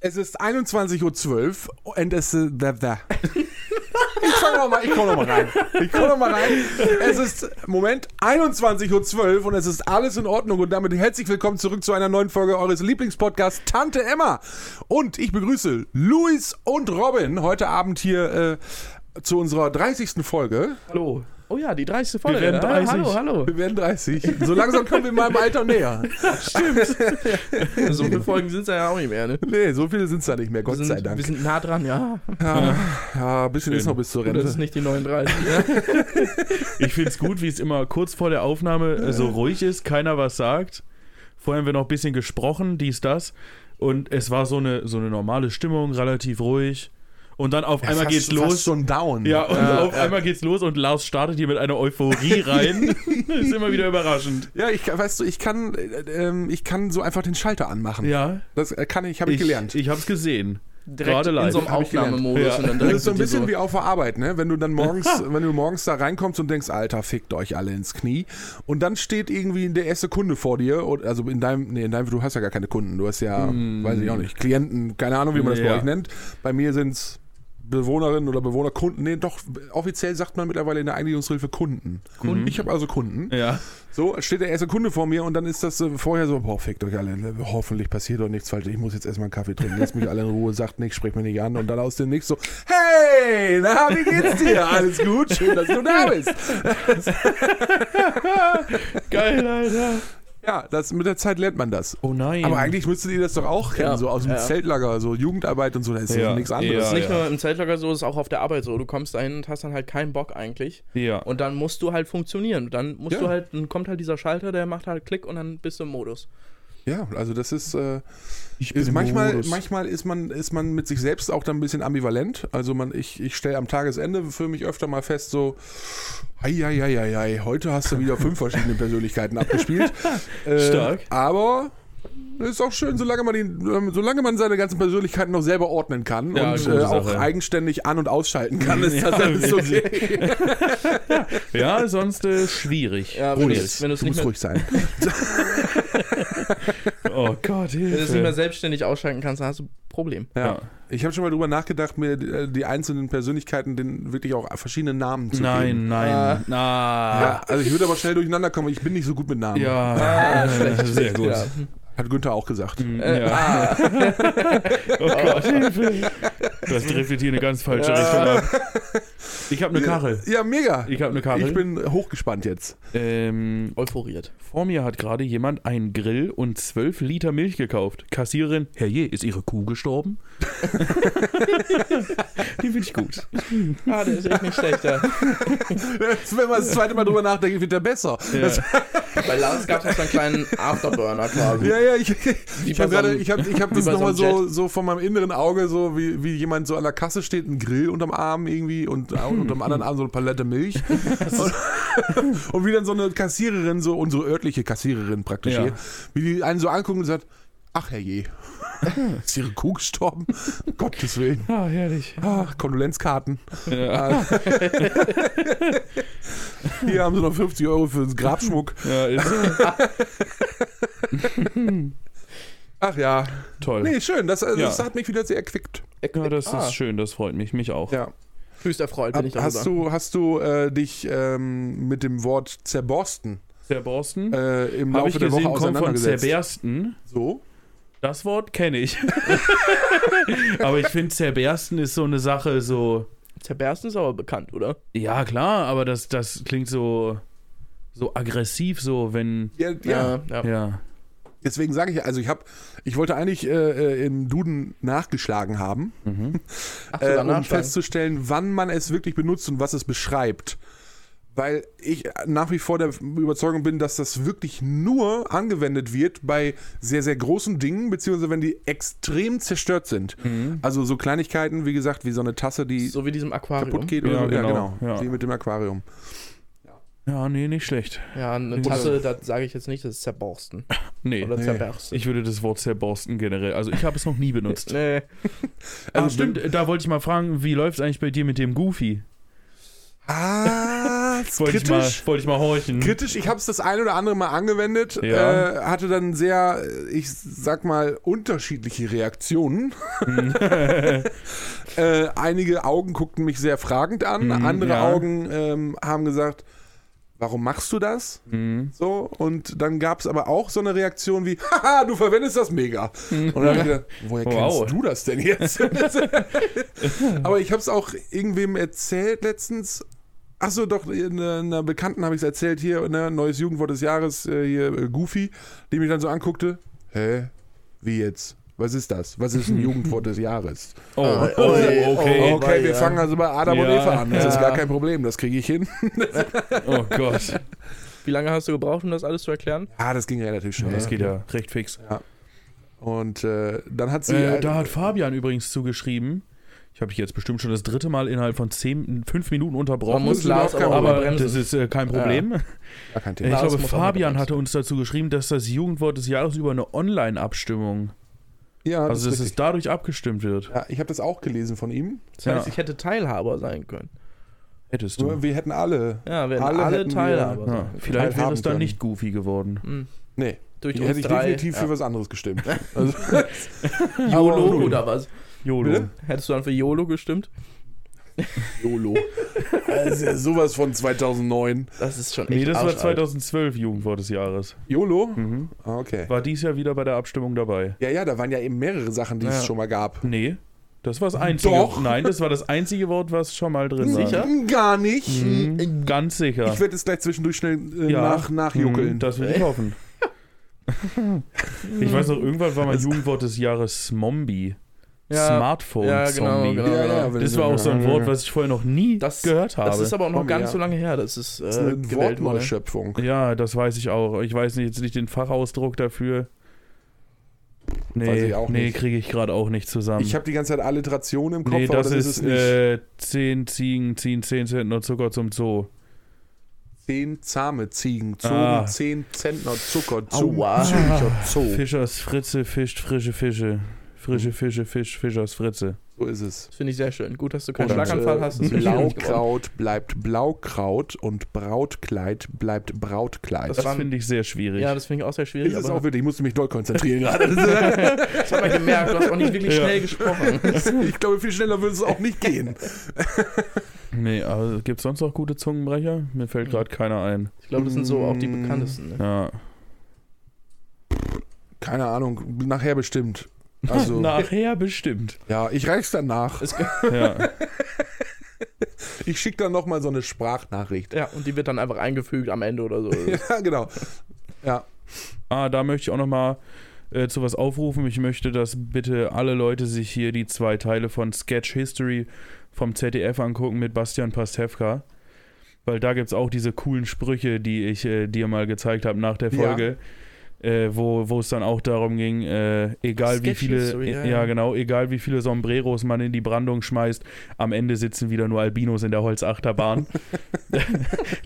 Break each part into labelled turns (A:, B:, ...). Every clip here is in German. A: Es ist 21.12 Uhr und es ist. Da, da. Ich fang noch mal, ich komm noch mal rein. Ich komm noch mal rein. Es ist, Moment, 21.12 Uhr und es ist alles in Ordnung. Und damit herzlich willkommen zurück zu einer neuen Folge eures Lieblingspodcasts Tante Emma. Und ich begrüße Luis und Robin heute Abend hier äh, zu unserer 30. Folge.
B: Hallo. Oh ja, die 30. Folge.
C: werden
B: ne?
C: 30.
B: Hallo, hallo.
A: Wir werden 30. So langsam kommen wir meinem Alter näher.
B: So viele Folgen sind es ja auch nicht mehr, ne?
A: Nee, so viele sind es da nicht mehr, Gott
B: wir sind,
A: sei Dank.
B: Wir sind nah dran, ja.
A: Ja, ja, ein bisschen ist noch bis zur
B: Das ist
A: Rente.
B: nicht die 39. Ja.
C: Ich finde es gut, wie es immer kurz vor der Aufnahme äh, so ruhig ist, keiner was sagt. Vorher haben wir noch ein bisschen gesprochen, dies, das. Und es war so eine, so eine normale Stimmung, relativ ruhig. Und dann auf einmal
A: Fast-
C: geht's
A: Fast
C: los.
A: schon down. Äh,
C: ja, und auf einmal geht's los und Lars startet hier mit einer Euphorie rein. ist immer wieder überraschend.
A: Ja, ich weißt du, ich kann, äh, ähm, ich kann so einfach den Schalter anmachen.
C: Ja.
A: Das äh, kann ich, habe ich, gelernt.
C: Ich hab's gesehen.
B: Direkt
C: Gerade
B: in
C: live.
B: so einem
A: Hab ich gelernt.
B: Aufnahmemodus.
C: Ja.
B: Und dann
A: das
B: direkt
A: ist so ein
B: mit dir
A: bisschen wie auf der Arbeit, ne? Wenn du dann morgens, wenn du morgens da reinkommst und denkst, Alter, fickt euch alle ins Knie. Und dann steht irgendwie der erste Kunde vor dir, und, also in deinem, nee, in deinem, du hast ja gar keine Kunden, du hast ja, weiß ich auch nicht, Klienten, keine Ahnung, wie man das bei
C: Ja.
A: euch nennt. Bei mir sind's Bewohnerinnen oder Bewohner, Kunden, nee, doch, offiziell sagt man mittlerweile in der Einigungshilfe Kunden. Kunden. Ich habe also Kunden.
C: Ja.
A: So, steht der erste Kunde vor mir und dann ist das äh, vorher so, boah, fickt euch alle, ne? hoffentlich passiert doch nichts falsch, ich muss jetzt erstmal einen Kaffee trinken, lasst mich alle in Ruhe, sagt nichts, spricht mich nicht an und dann aus dem Nichts so, hey, na, wie geht's dir? Alles gut, schön, dass du da bist.
C: Geil, Alter.
A: Ja, das, mit der Zeit lernt man das.
C: Oh nein.
A: Aber eigentlich müsstet ihr das doch auch kennen,
B: Ja,
A: so aus dem
B: ja.
A: Zeltlager, so Jugendarbeit und so, da ist ja
C: Ja,
A: nichts anderes.
C: ja.
B: ist nicht nur im Zeltlager so, ist auch auf der Arbeit so. Du kommst dahin und hast dann halt keinen Bock eigentlich.
C: Ja.
B: Und dann musst du halt funktionieren. Dann musst
A: Ja.
B: du halt, dann kommt halt dieser Schalter, der macht halt Klick und dann bist du im Modus.
A: Ja, also das ist, äh,
C: ich
A: ist
C: im
A: manchmal,
C: Modus.
A: manchmal ist man, ist man mit sich selbst auch dann ein bisschen ambivalent. Also man, ich, ich stelle am Tagesende für mich öfter mal fest, so, ei, heute hast du wieder fünf verschiedene Persönlichkeiten abgespielt. Äh,
C: Stark.
A: Aber ist auch schön, solange man, den, solange man seine ganzen Persönlichkeiten noch selber ordnen kann
C: Ja,
A: und
C: gute
A: äh, auch
C: Sache.
A: eigenständig an- und ausschalten kann, ist das
C: Ja,
A: alles okay.
C: Ja, sonst äh, schwierig.
B: Ja, wenn
C: Schwierig.
B: du's- wenn du's
A: Du
B: nicht
A: musst
B: mehr-
A: ruhig sein.
C: Oh Gott, Hilfe.
B: wenn du es nicht mehr selbstständig ausschalten kannst, dann hast du ein Problem.
A: Ja.
C: Ja.
A: Ich habe schon mal drüber nachgedacht, mir äh, die einzelnen Persönlichkeiten den wirklich auch verschiedene Namen zu geben.
C: Nein,
B: Ah.
C: nein.
A: Ja,
C: Na.
A: also ich würde aber schnell durcheinander kommen, weil ich bin nicht so gut mit Namen. Ah,
C: Ja, Mhm. äh, sehr gut.
B: Ja.
A: Hat Günther auch gesagt. ah.
C: Ja. oh Gott, Hilfe.
A: Oh.
C: Das driftet hier eine ganz falsche Richtung ab. Ich habe eine Karre.
A: Ja, mega.
C: Ich habe eine Karre.
A: Ich bin hochgespannt jetzt.
C: ähm,
B: Euphoriert.
C: vor mir hat gerade jemand einen Grill und 12 Liter Milch gekauft. Kassiererin, herrje, ist Ihre Kuh gestorben? Die finde ich gut.
B: Ah, der ist echt nicht schlechter.
A: Wenn man das zweite Mal drüber nachdenkt, wird der besser.
C: Ja.
B: Bei Lars gab es so einen kleinen Afterburner quasi.
A: Ja, ja, ich, ich
B: Also
A: habe
B: bei so einem-
A: ich hab, ich hab das
B: bei so
A: nochmal
B: einem
A: so, so von meinem inneren Auge, so wie, wie jemand so an der Kasse steht, einen Grill unterm Arm irgendwie und äh, unterm anderen Arm so eine Palette Milch. und, und wie dann so eine Kassiererin, so unsere örtliche Kassiererin praktisch
C: Ja.
A: hier, wie die einen so anguckt und sagt, ach herrje, ist ihre Kuh gestorben? Um Gottes Willen.
C: Ah, herrlich.
A: Ah, Kondolenzkarten. Ah.
C: Ja.
A: Hier haben sie noch 50 Euro für den Grabschmuck.
C: Ja, ist
A: Ach ja.
C: toll.
A: Nee, schön. Das, also,
C: Ja.
A: das hat mich wieder sehr erquickt.
C: Ja, das
B: Ah.
C: ist schön, das freut mich, mich auch.
A: Ja.
B: Höchst erfreut bin ich darüber.
A: Hast du, hast du äh, dich ähm, mit dem Wort zerborsten
C: Der Borsten,
A: äh, im
C: habe
A: Laufe
C: ich
A: der
C: gesehen,
A: Woche
C: kommt von
A: auseinandergesetzt?
C: Zerbersten.
A: so?
C: Das Wort kenne ich. aber ich finde, Zerbersten ist so eine Sache, so,
B: Zerbersten ist aber bekannt, oder?
C: ja klar, aber das, das klingt so, so aggressiv, so wenn,
A: Ja, ja.
B: Ja, ja.
C: ja.
A: Deswegen sage ich, also ich habe, ich wollte eigentlich äh, äh, im Duden nachgeschlagen haben,
B: Ach,
A: äh,
B: sogar
A: um
B: nachschlagen.
A: festzustellen, wann man es wirklich benutzt und was es beschreibt. Weil ich äh, nach wie vor der Überzeugung bin, dass das wirklich nur angewendet wird bei sehr, sehr großen Dingen, beziehungsweise wenn die extrem zerstört sind. Also so Kleinigkeiten, wie gesagt, wie so eine Tasse, die
B: So wie diesem Aquarium.
A: kaputt geht.
C: Ja,
A: oder so.
C: genau, ja.
A: Wie mit dem Aquarium.
C: Ja, nee, nicht schlecht.
B: Ja, eine Tasse, das sage ich jetzt nicht, das ist zerborsten.
C: Nee,
B: Oder zerbersten.
C: ich würde das Wort Zerborsten generell, also ich habe es noch nie benutzt.
B: Nee.
A: Also
C: Ah,
A: stimmt.
C: Da wollte ich mal fragen, wie läuft es eigentlich bei dir mit dem Goofy?
A: Ah,
C: Wollte ich, mal,
A: kritisch.
C: wollte ich mal horchen.
A: Kritisch, ich habe es das ein oder andere Mal angewendet,
C: Ja.
A: äh, hatte dann sehr, äh, ich sag mal, unterschiedliche Reaktionen. äh, einige Augen guckten mich sehr fragend an, andere
C: Mhm, ja.
A: Augen ähm, haben gesagt, warum machst du das?
C: Mhm.
A: So, und dann gab es aber auch so eine Reaktion wie, haha, du verwendest das mega. Und dann hab ich gedacht, woher
C: Wow.
A: kennst du das denn jetzt? aber ich habe es auch irgendwem erzählt letztens. Achso, doch, in, äh, einer Bekannten habe ich es erzählt hier, ne, neues Jugendwort des Jahres, äh, hier äh, Goofy, die mich dann so anguckte. Hä? Wie jetzt? Was ist das? Was ist ein Jugendwort des Jahres?
C: Oh, oh,
B: oh,
C: okay.
B: oh,
A: Okay,
C: Oh,
A: wir
B: ja.
A: fangen also bei Adam und
C: Ja.
A: Eva an. Das ist
B: Ja.
A: gar kein Problem, das kriege ich hin.
C: Oh Gott.
B: Wie lange hast du gebraucht, um das alles zu erklären?
A: Ah, das ging relativ schnell.
C: Das geht ja recht fix.
A: Und äh, dann hat sie.
C: Äh, da hat Fabian übrigens zugeschrieben. Ich habe dich jetzt bestimmt schon das dritte Mal innerhalb von zehn, fünf Minuten unterbrochen.
B: Man muss Lars
A: überhaupt kein
B: aber,
A: Problem.
C: aber
B: bremsen.
C: das ist äh, kein Problem.
A: gar kein
C: Ich
A: Thema.
B: Lars
C: glaube,
B: muss auch mal
C: Fabian
B: bremsen.
C: hatte uns dazu geschrieben, dass das Jugendwort des Jahres über eine Online-Abstimmung,
A: Ja, Ah, das
C: also
A: ist
C: dass es
A: richtig.
C: dadurch abgestimmt wird.
A: ja, ich habe das auch gelesen von ihm.
B: Das heißt,
C: Ja.
B: ich hätte Teilhaber sein können.
C: Hättest du.
A: Nur Ne, wir hätten alle.
B: Ja, wir hätten
A: Alle
B: alle,
A: hätten wir- halt
B: Teilhaber sein
C: Ja,
B: können.
C: vielleicht wäre
A: haben
C: es dann
A: können.
C: nicht goofy geworden.
B: Mhm.
A: Nee,
B: Durch
A: die
B: uns
A: hätte ich
B: drei.
A: definitiv für
B: ja.
A: was anderes gestimmt. Also,
B: YOLO
A: Aber nun.
B: oder was?
C: YOLO.
A: Bitte?
B: Hättest du dann für YOLO gestimmt?
A: YOLO. Das ist ja sowas von 2009.
B: Das ist schon echt
C: Nee, das war
B: arschalt.
C: 2012 Jugendwort des Jahres.
A: YOLO? Ah, Okay.
C: War dies Jahr wieder bei der Abstimmung dabei.
A: Ja, ja, da waren ja eben mehrere Sachen, die
B: Ja.
A: es schon mal gab.
C: Nee, das war das einzige.
A: Doch.
C: Nein, das war das einzige Wort, was schon mal drin war.
B: Sicher?
A: Hm, Gar nicht. Hm.
C: Mhm. Ganz sicher.
A: Ich werde es gleich zwischendurch schnell äh,
C: Ja.
A: nach, nachjuckeln.
C: Mhm, Das will ich hoffen. ich weiß noch, irgendwann war mein Jugendwort des Jahres Zombie.
B: Ja. Ja, genau,
C: Smartphone-Zombie.
B: genau.
A: wenn
C: Das
A: du-
C: war auch so ein Wort, was ich vorher noch nie
B: Das-
C: gehört habe.
B: Das ist aber auch noch
A: Komm,
B: gar nicht
A: ja.
B: so lange her, dass es äh,
A: Das ist eine
B: gewählt wurde.
A: Wortneuschöpfung.
C: ja, das weiß ich auch. Ich weiß nicht, jetzt nicht den Fachausdruck dafür. Nee,
A: Weiß ich auch
C: nee
A: nicht.
C: kriege ich gerade auch nicht zusammen.
A: Ich habe die ganze Zeit Alliteration im Kopf,
C: Ähm. nee, das,
A: aber das
C: ist,
A: es nicht.
C: äh, 10 Ziegen ziehen 10 Zentner Zucker zum Zoo.
A: Zehn zahme Ziegen zogen
C: Ah.
A: zehn Zentner Zucker zum
B: Aua.
A: Zürcher Zoo.
C: Fischers Fritze fischt frische Fische. Frische Fische fisch Fischers Fritze.
A: So ist es.
B: Das finde ich sehr schön. Gut, dass du keinen
A: Und,
B: Schlaganfall
A: äh,
B: hast. Das,
A: Blaukraut bleibt Blaukraut und Brautkleid bleibt Brautkleid.
B: Das
C: Das
B: war-
C: finde ich sehr schwierig.
B: ja, das finde ich auch sehr schwierig.
A: ist es auch
B: aber
A: wirklich, ich musste mich doll konzentrieren gerade.
B: ich habe mal gemerkt, du hast auch nicht wirklich
C: Ja.
B: schnell gesprochen.
A: ich glaube, viel schneller würde es auch nicht gehen.
C: nee, aber gibt es sonst noch gute Zungenbrecher? Mir
A: Hm.
C: fällt gerade keiner ein.
B: Ich glaube, das sind so auch die
A: Mm.
B: bekanntesten. Ne?
C: Ja.
A: Keine Ahnung, nachher bestimmt. Also,
C: Nachher bestimmt.
A: ja, ich reich's dann nach.
B: Es,
C: Ja.
A: Ich schicke dann nochmal so eine Sprachnachricht.
B: ja, und die wird dann einfach eingefügt am Ende oder so.
A: Ja, genau. Ja,
C: ah, da möchte ich auch nochmal äh, zu was aufrufen. Ich möchte, dass bitte alle Leute sich hier die zwei Teile von Sketch History vom ZDF angucken mit Bastian Pastewka. Weil da gibt es auch diese coolen Sprüche, die ich äh, dir mal gezeigt habe nach der
A: Ja.
C: Folge. Äh, wo wo es dann auch darum ging, äh, egal wie
B: Sketch
C: viele,
B: History, ja,
C: ja,
B: ja.
C: genau, egal wie viele Sombreros man in die Brandung schmeißt, am Ende sitzen wieder nur Albinos in der Holzachterbahn.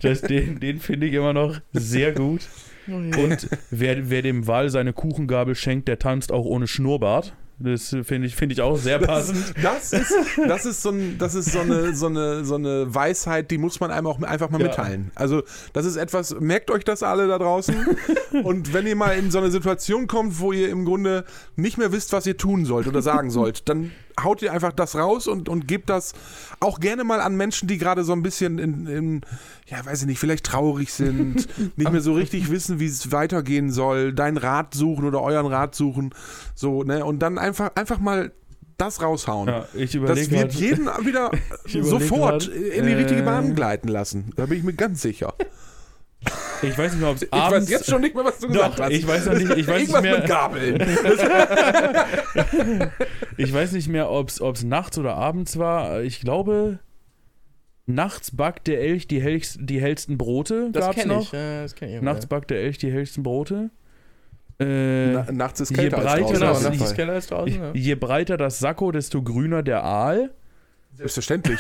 C: das, den den finde ich immer noch sehr gut.
A: Oh
C: Und wer, wer dem Wal seine Kuchengabel schenkt, der tanzt auch ohne Schnurrbart. Das äh, finde ich, finde ich auch sehr passend.
A: das ist, das ist, so, ein, das ist so, eine, so, eine, so eine Weisheit, die muss man einem auch einfach mal
C: Ja.
A: mitteilen. Also, das ist etwas, merkt euch das alle da draußen. Und wenn ihr mal in so eine Situation kommt, wo ihr im Grunde nicht mehr wisst, was ihr tun sollt oder sagen sollt, dann haut ihr einfach das raus und, und gebt das auch gerne mal an Menschen, die gerade so ein bisschen in, in, ja, weiß ich nicht, vielleicht traurig sind, nicht mehr so richtig wissen, wie es weitergehen soll, deinen Rat suchen oder euren Rat suchen. So, ne? Und dann einfach, einfach mal das raushauen.
C: Ja, ich
A: Das
C: überlege
A: wird jeden wieder
C: überleg
A: sofort
C: grad,
A: in die richtige
C: äh,
A: Bahn gleiten lassen. Da bin ich mir ganz sicher.
C: Ich weiß nicht mehr, ob es
A: Ich
C: abends.
A: weiß jetzt schon nicht mehr, was du gesagt
C: Doch,
A: hast.
C: ich weiß noch nicht, ich weiß nicht
A: Irgendwas mit
C: mehr, Äh,
A: Gabeln.
C: ich weiß nicht mehr, ob es nachts oder abends war. Ich glaube, nachts backt der Elch die, hellst, die hellsten Brote.
B: Das
C: gab's
B: kenne
C: noch.
B: ich. Äh, das kenn ich
C: Nachts backt der Elch die hellsten Brote. Äh,
A: Na, nachts ist
C: Je
A: kälter als
C: breiter
A: draußen.
B: Genau,
C: das
A: auf jeden
C: ist-
B: nachts ist
A: Fall.
B: Keller ist draußen. ne? Ja.
C: je breiter das Sakko, desto grüner der Aal.
A: Selbstverständlich.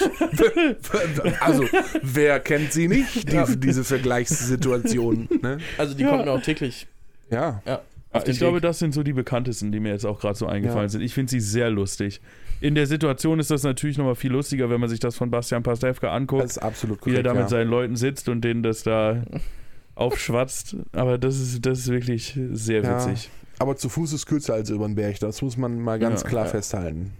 A: also, wer kennt sie nicht, die, diese Vergleichssituation? Ne?
B: Also die
C: Ja.
B: kommt mir auch täglich.
A: Ja.
B: Ja. auf den
C: ich glaube,
B: Weg.
C: das sind so die bekanntesten, die mir jetzt auch gerade so eingefallen
A: Ja.
C: sind. Ich finde sie sehr lustig. In der Situation ist das natürlich nochmal viel lustiger, wenn man sich das von Bastian Pastewka anguckt,
A: Das ist absolut
C: wie er
A: korrekt.
C: da mit
A: ja.
C: seinen Leuten sitzt und denen das da aufschwatzt. Aber das ist, das ist wirklich sehr
A: Ja.
C: witzig.
A: Aber zu Fuß ist kürzer als über den Berg. Das muss man mal ganz
C: Ja,
A: klar
C: ja.
A: festhalten.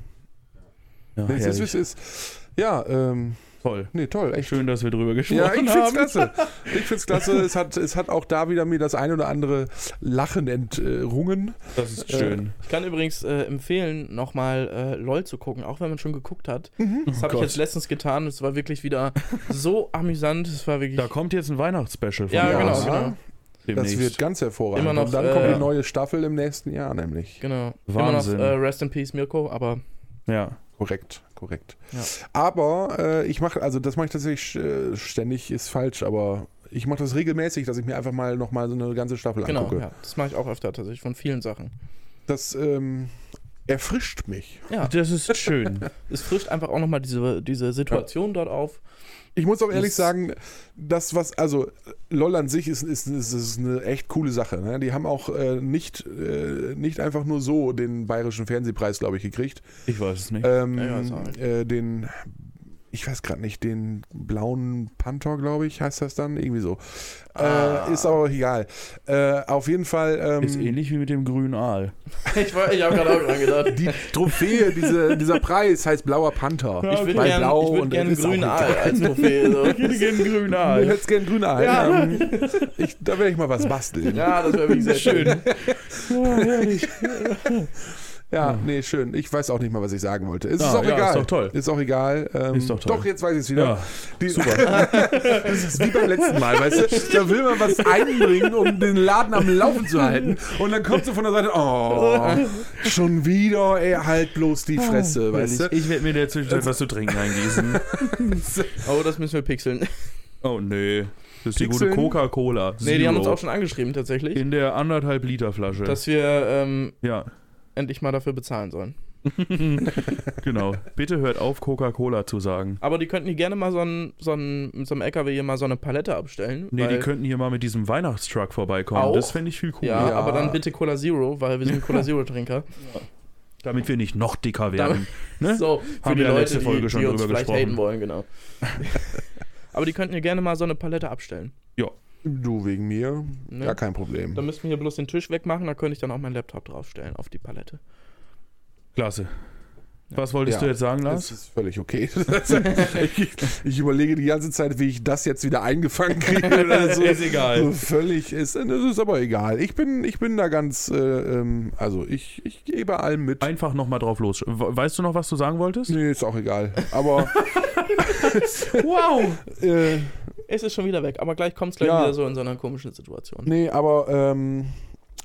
C: Ja,
A: Nee, es ist, wie es
C: herrlich.
A: ist. Ja, ähm,
C: Toll.
A: nee, toll, echt.
C: Schön, dass wir drüber gesprochen
A: Ja, ich find's
C: haben.
A: klasse. Ich find's klasse. Es hat, es hat auch da wieder mir das ein oder andere Lachen entrungen.
C: Das ist
A: Äh,
C: schön.
B: Ich kann übrigens äh, empfehlen, nochmal äh, LOL zu gucken, auch wenn man schon geguckt hat.
A: Mhm. Oh
B: Das habe ich
C: Gott.
B: jetzt letztens getan. Es war wirklich wieder so amüsant. Es war wirklich.
C: Da kommt jetzt ein Weihnachtsspecial von uns
B: Ja, genau,
A: Ja.
B: genau.
A: Das
C: demnächst.
A: wird ganz hervorragend.
B: Immer noch,
A: Und dann kommt
B: äh,
A: die neue Staffel im nächsten Jahr, nämlich.
B: genau.
C: Wahnsinn.
B: Immer noch äh, Rest in Peace, Mirko, aber
C: ja.
A: Korrekt, korrekt.
B: Ja.
A: Aber äh, ich mache, also das mache ich tatsächlich äh, ständig, ist falsch, aber ich mache das regelmäßig, dass ich mir einfach mal nochmal so eine ganze Staffel
B: genau,
A: angucke.
B: ja, das mache ich auch öfter tatsächlich von vielen Sachen.
A: Das ähm, erfrischt mich.
B: Ja,
C: Das ist schön.
B: es frischt einfach auch nochmal diese, diese Situation dort auf.
A: Ich muss auch ehrlich
B: Das-
A: sagen, das, was, also LOL an sich ist, ist, ist, ist eine echt coole Sache. Ne? Die haben auch äh, nicht, äh, nicht einfach nur so den Bayerischen Fernsehpreis, glaube ich, gekriegt.
C: Ich weiß es nicht.
A: Ähm,
B: Ja, ja, ist auch nicht.
A: äh, den, ich weiß gerade nicht, den blauen Panther, glaube ich, heißt das dann, irgendwie so.
B: Ah.
A: Äh, ist aber auch egal. Äh, auf jeden Fall. Ähm,
C: ist ähnlich wie mit dem grünen Aal.
B: Ich, war- ich habe gerade auch dran gedacht.
A: die Trophäe, diese, dieser Preis heißt Blauer Panther.
B: Ich würde
A: Bei
B: gerne
A: Blau
B: würd
A: und
B: gern einen
A: es ist auch
B: grünen
A: egal.
B: Aal als Trophäe. So.
C: Ich den grünen
A: Du
C: Aal.
A: hättest gern grüne Eier.
B: Ja.
A: Ähm, Ich, da werde ich mal was basteln. Ja,
B: Ja, das wäre wirklich sehr schön.
A: nee, schön. Ich weiß auch nicht mal, was ich sagen wollte. Es ist
C: Ah,
A: auch
C: ja,
A: egal.
C: ist doch toll.
A: Ist auch egal. Ähm,
C: Ist doch toll.
A: Doch, jetzt weiß ich es wieder.
C: Ja,
A: Die, super. das ist wie beim letzten Mal, weißt du? Da will man was einbringen, um den Laden am Laufen zu halten. Und dann kommst du von der Seite, oh, schon wieder, ey, halt bloß die Fresse, weißt du?
C: Ich werde mir in der Zwischenzeit was zu trinken eingießen.
B: Oh, das müssen wir pixeln.
C: Oh, nee. Das ist die
A: Pixeln?
C: gute Coca-Cola.
B: Nee, die haben uns
C: Zero.
B: auch schon angeschrieben tatsächlich,
C: In der anderthalb Liter Flasche.
B: dass wir ähm,
C: ja,
B: endlich mal dafür bezahlen sollen.
C: genau. Bitte hört auf, Coca-Cola zu sagen.
B: Aber die könnten hier gerne mal so einen, so einen, mit so einem LKW hier mal so eine Palette abstellen.
C: Nee,
B: weil,
C: die könnten hier mal mit diesem Weihnachtstruck vorbeikommen.
B: Auch?
C: Das fände ich viel cooler.
B: ja,
A: Ja.
B: aber dann bitte Cola Zero, weil wir sind Cola Zero Trinker.
C: Damit wir nicht noch dicker werden. Ne?
B: So, für
C: Haben
B: die
C: wir ja
B: Leute,
C: letzte Folge
B: die,
C: schon
B: die uns
C: drüber
B: vielleicht
C: gesprochen.
B: haten wollen, genau. aber die könnten hier gerne mal so eine Palette abstellen.
A: Du wegen mir,
B: Ne?
A: gar kein Problem.
B: Dann müssten wir hier bloß den Tisch wegmachen, da könnte ich dann auch meinen Laptop draufstellen auf die Palette.
C: Klasse. Was wolltest
A: Ja.
C: du jetzt sagen,
A: Das
C: Lars?
A: ist völlig okay. Also, ich, ich überlege die ganze Zeit, wie ich das jetzt wieder eingefangen kriege oder so.
C: egal.
A: so völlig ist. Das ist aber egal. Ich bin, ich bin da ganz, äh, ähm, also ich, ich gehe bei allem mit.
C: Einfach nochmal drauf los. We- Weißt du noch, was du sagen wolltest?
A: Nee, ist auch egal. Aber
B: Wow!
A: äh,
B: es ist schon wieder weg, aber gleich kommt es gleich
A: Ja.
B: wieder so in so einer komischen Situation.
A: nee, aber ähm,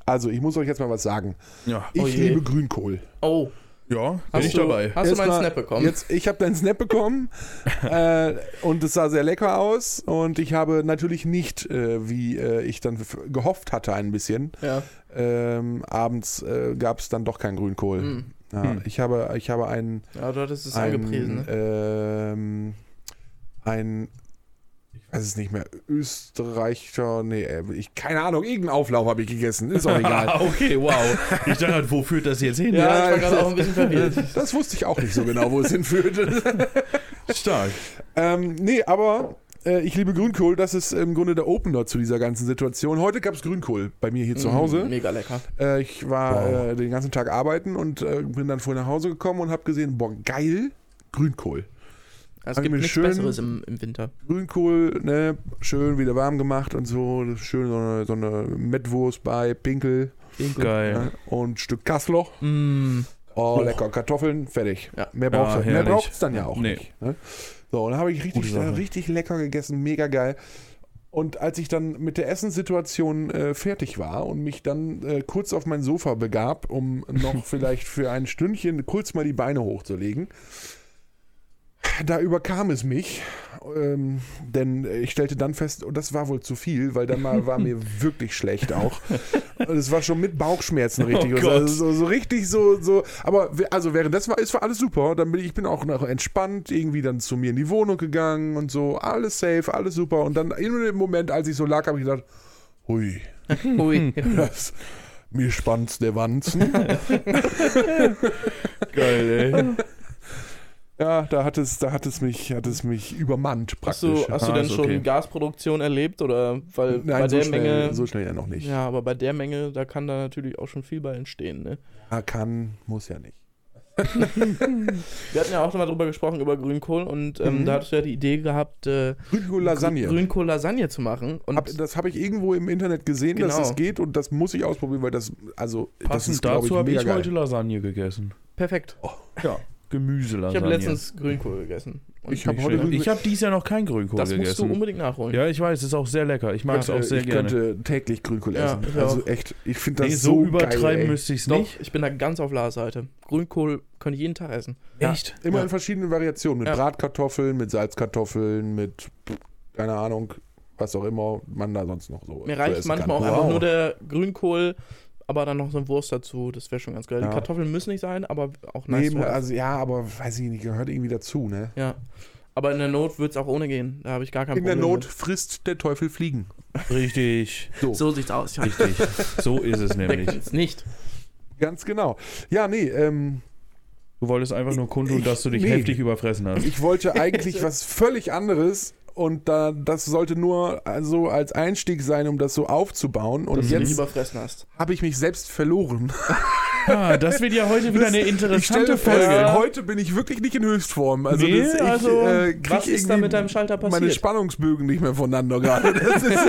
A: also ich muss euch jetzt mal was sagen.
C: Ja.
A: Ich
B: Oh je.
A: liebe Grünkohl.
B: Oh,
C: Ja, bin
B: hast
C: ich
B: du,
C: dabei.
B: Hast du
A: Erst
B: meinen
A: mal-
B: Snap bekommen?
A: Jetzt, ich habe deinen Snap bekommen äh, und es sah sehr lecker aus und ich habe natürlich nicht, äh, wie äh, ich dann f- gehofft hatte, ein bisschen.
B: ja.
A: Ähm, abends äh, gab es dann doch keinen Grünkohl.
B: Hm.
A: Ja,
C: Hm.
A: Ich habe, ich habe einen
B: Ja, du hattest es
A: ein,
B: angepriesen. Ne?
A: Ähm, ein, ich weiß es nicht mehr, Österreicher, nee, äh, ich, keine Ahnung, irgendeinen Auflauf habe ich gegessen, ist auch egal.
C: Ah, okay, wow. Ich dachte, halt, wo führt das jetzt hin?
B: Ja,
A: ja,
B: ich war gerade auch ein bisschen verwirrt.
A: Das wusste ich auch nicht so genau, wo es hinführt.
C: Stark.
A: ähm, nee, aber äh, ich liebe Grünkohl, das ist im Grunde der Opener zu dieser ganzen Situation. Heute gab es Grünkohl bei mir hier zu Hause.
B: Mm, Mega lecker.
A: Äh, ich war
C: Wow.
A: äh, den ganzen Tag arbeiten und äh, bin dann vorher nach Hause gekommen und habe gesehen, boah, geil, Grünkohl.
B: Es
A: Hab ich
B: gibt
A: mir
B: nichts
A: schön-
B: Besseres im, im Winter.
A: Grünkohl, ne, schön wieder warm gemacht und so, schön so eine, so eine Mettwurst bei Pinkel
C: Geil.
A: ne, und ein Stück Kassloch.
B: Mm,
A: Oh,
C: Och.
A: lecker, Kartoffeln, fertig.
B: Ja.
A: Mehr braucht
C: Ja, Ah,
A: es mehr
C: herrlich.
A: braucht's dann ja auch
C: Nee.
A: nicht. Ne? So, und dann habe ich richtig,
C: Gute Sache.
A: richtig lecker gegessen, mega geil. Und als ich dann mit der Essenssituation äh, fertig war und mich dann äh, kurz auf mein Sofa begab, um noch vielleicht für ein Stündchen kurz mal die Beine hochzulegen, da überkam es mich, ähm, denn ich stellte dann fest, und das war wohl zu viel, weil dann mal war mir wirklich schlecht auch. Und es war schon mit Bauchschmerzen richtig.
C: Oh
A: und so,
C: Gott.
A: so, so richtig so, so. Aber we- also während das war, ist war alles super. Dann bin ich, ich bin auch noch entspannt, irgendwie dann zu mir in die Wohnung gegangen und so, alles safe, alles super. Und dann in dem Moment, als ich so lag, habe ich gedacht, hui,
B: hui.
A: das, mir spannt's der Wanzen.
C: Geil, ey.
A: ja, da hat es, da hat es mich, hat es mich übermannt
B: Hast
A: praktisch.
B: du, hast
C: Ah,
B: du denn
C: ist
B: schon
C: okay.
B: Gasproduktion erlebt? Oder weil
A: Nein,
B: bei
A: so,
B: der
A: schnell,
B: Menge.
A: so schnell ja noch nicht.
B: ja, aber bei der Menge, da kann da natürlich auch schon viel bei entstehen, ne?
A: Ja, Ah, kann, muss ja nicht.
B: Wir hatten ja auch schon mal drüber gesprochen, über Grünkohl und ähm,
A: Mhm.
B: da hattest du ja die Idee gehabt, äh,
A: Grünkohl Lasagne.
B: Grünkohl-Lasagne zu machen. Und
A: Hab, das habe ich irgendwo im Internet gesehen, dass
B: Genau.
A: das geht und das muss ich ausprobieren, weil das, also, das
C: Passend
A: ist, glaube ich,
C: dazu habe
A: mega
C: ich heute
A: geil.
C: Lasagne gegessen.
B: perfekt.
C: Ja, Gemüselasagne.
B: Ich habe letztens Grünkohl gegessen. Und
A: Ich hab
B: nicht
A: heute
B: schlecht.
A: Grünkohl-
C: Ich habe dies Jahr noch kein Grünkohl
B: Das musst du
C: gegessen.
B: unbedingt nachholen.
C: ja, ich weiß, ist auch sehr lecker. Ich mag es
A: Äh,
C: auch sehr
A: ich
C: gerne.
A: könnte täglich Grünkohl
B: Ja,
A: essen.
B: ich
A: also
B: auch.
A: echt, ich finde das
C: nee,
A: so
C: so übertreiben
A: geil, ey.
C: müsste ich es
B: Doch,
C: nicht.
B: ich bin da ganz auf Lars Seite. Grünkohl kann ich jeden Tag essen.
A: Ja,
C: Echt?
A: Immer
B: Ja.
A: in verschiedenen Variationen. Mit
B: Ja.
A: Bratkartoffeln, mit Salzkartoffeln, mit keine Ahnung, was auch immer man da sonst noch so.
B: Mir
A: so
B: reicht
A: essen
B: manchmal auch
A: kann.
B: einfach nur der Grünkohl, aber dann noch so ein Wurst dazu. Das wäre schon ganz geil.
A: Ja.
B: Die Kartoffeln müssen nicht sein, aber auch nice.
A: Nee,
B: to have.
A: also ja, aber weiß ich nicht, gehört irgendwie dazu, ne?
B: ja. Aber in der Not wird es auch ohne gehen. Da habe ich gar kein
A: In der
B: Problem. ne?
A: Not frisst der Teufel Fliegen.
C: Richtig.
B: Mit. So sieht's aus. Ja.
C: Richtig. So ist es
B: Wer
C: nämlich.
B: kennt's nicht.
A: Ganz genau. Ja, nee, ähm,
C: Du wolltest einfach nur kundtun,
A: Ich-
C: dass du dich
A: nee.
C: heftig überfressen hast.
A: ich wollte eigentlich was völlig anderes und da, das sollte nur so als Einstieg sein, um das so aufzubauen. Und
C: Dass du
B: Wenn du dich
A: jetzt
B: überfressen hast.
A: habe ich mich selbst verloren.
C: Ah, das wird ja heute wieder
A: Das-
C: eine
A: Ich stelle
C: interessante
A: fest,
C: Folge.
A: heute bin ich wirklich nicht in Höchstform. Also,
C: Nee,
A: das, ich,
C: also,
A: äh, krieg
B: Was ist da
A: irgendwie
B: mit deinem Schalter
A: Meine
B: passiert?
A: Spannungsbögen nicht mehr voneinander gerade. Das ist,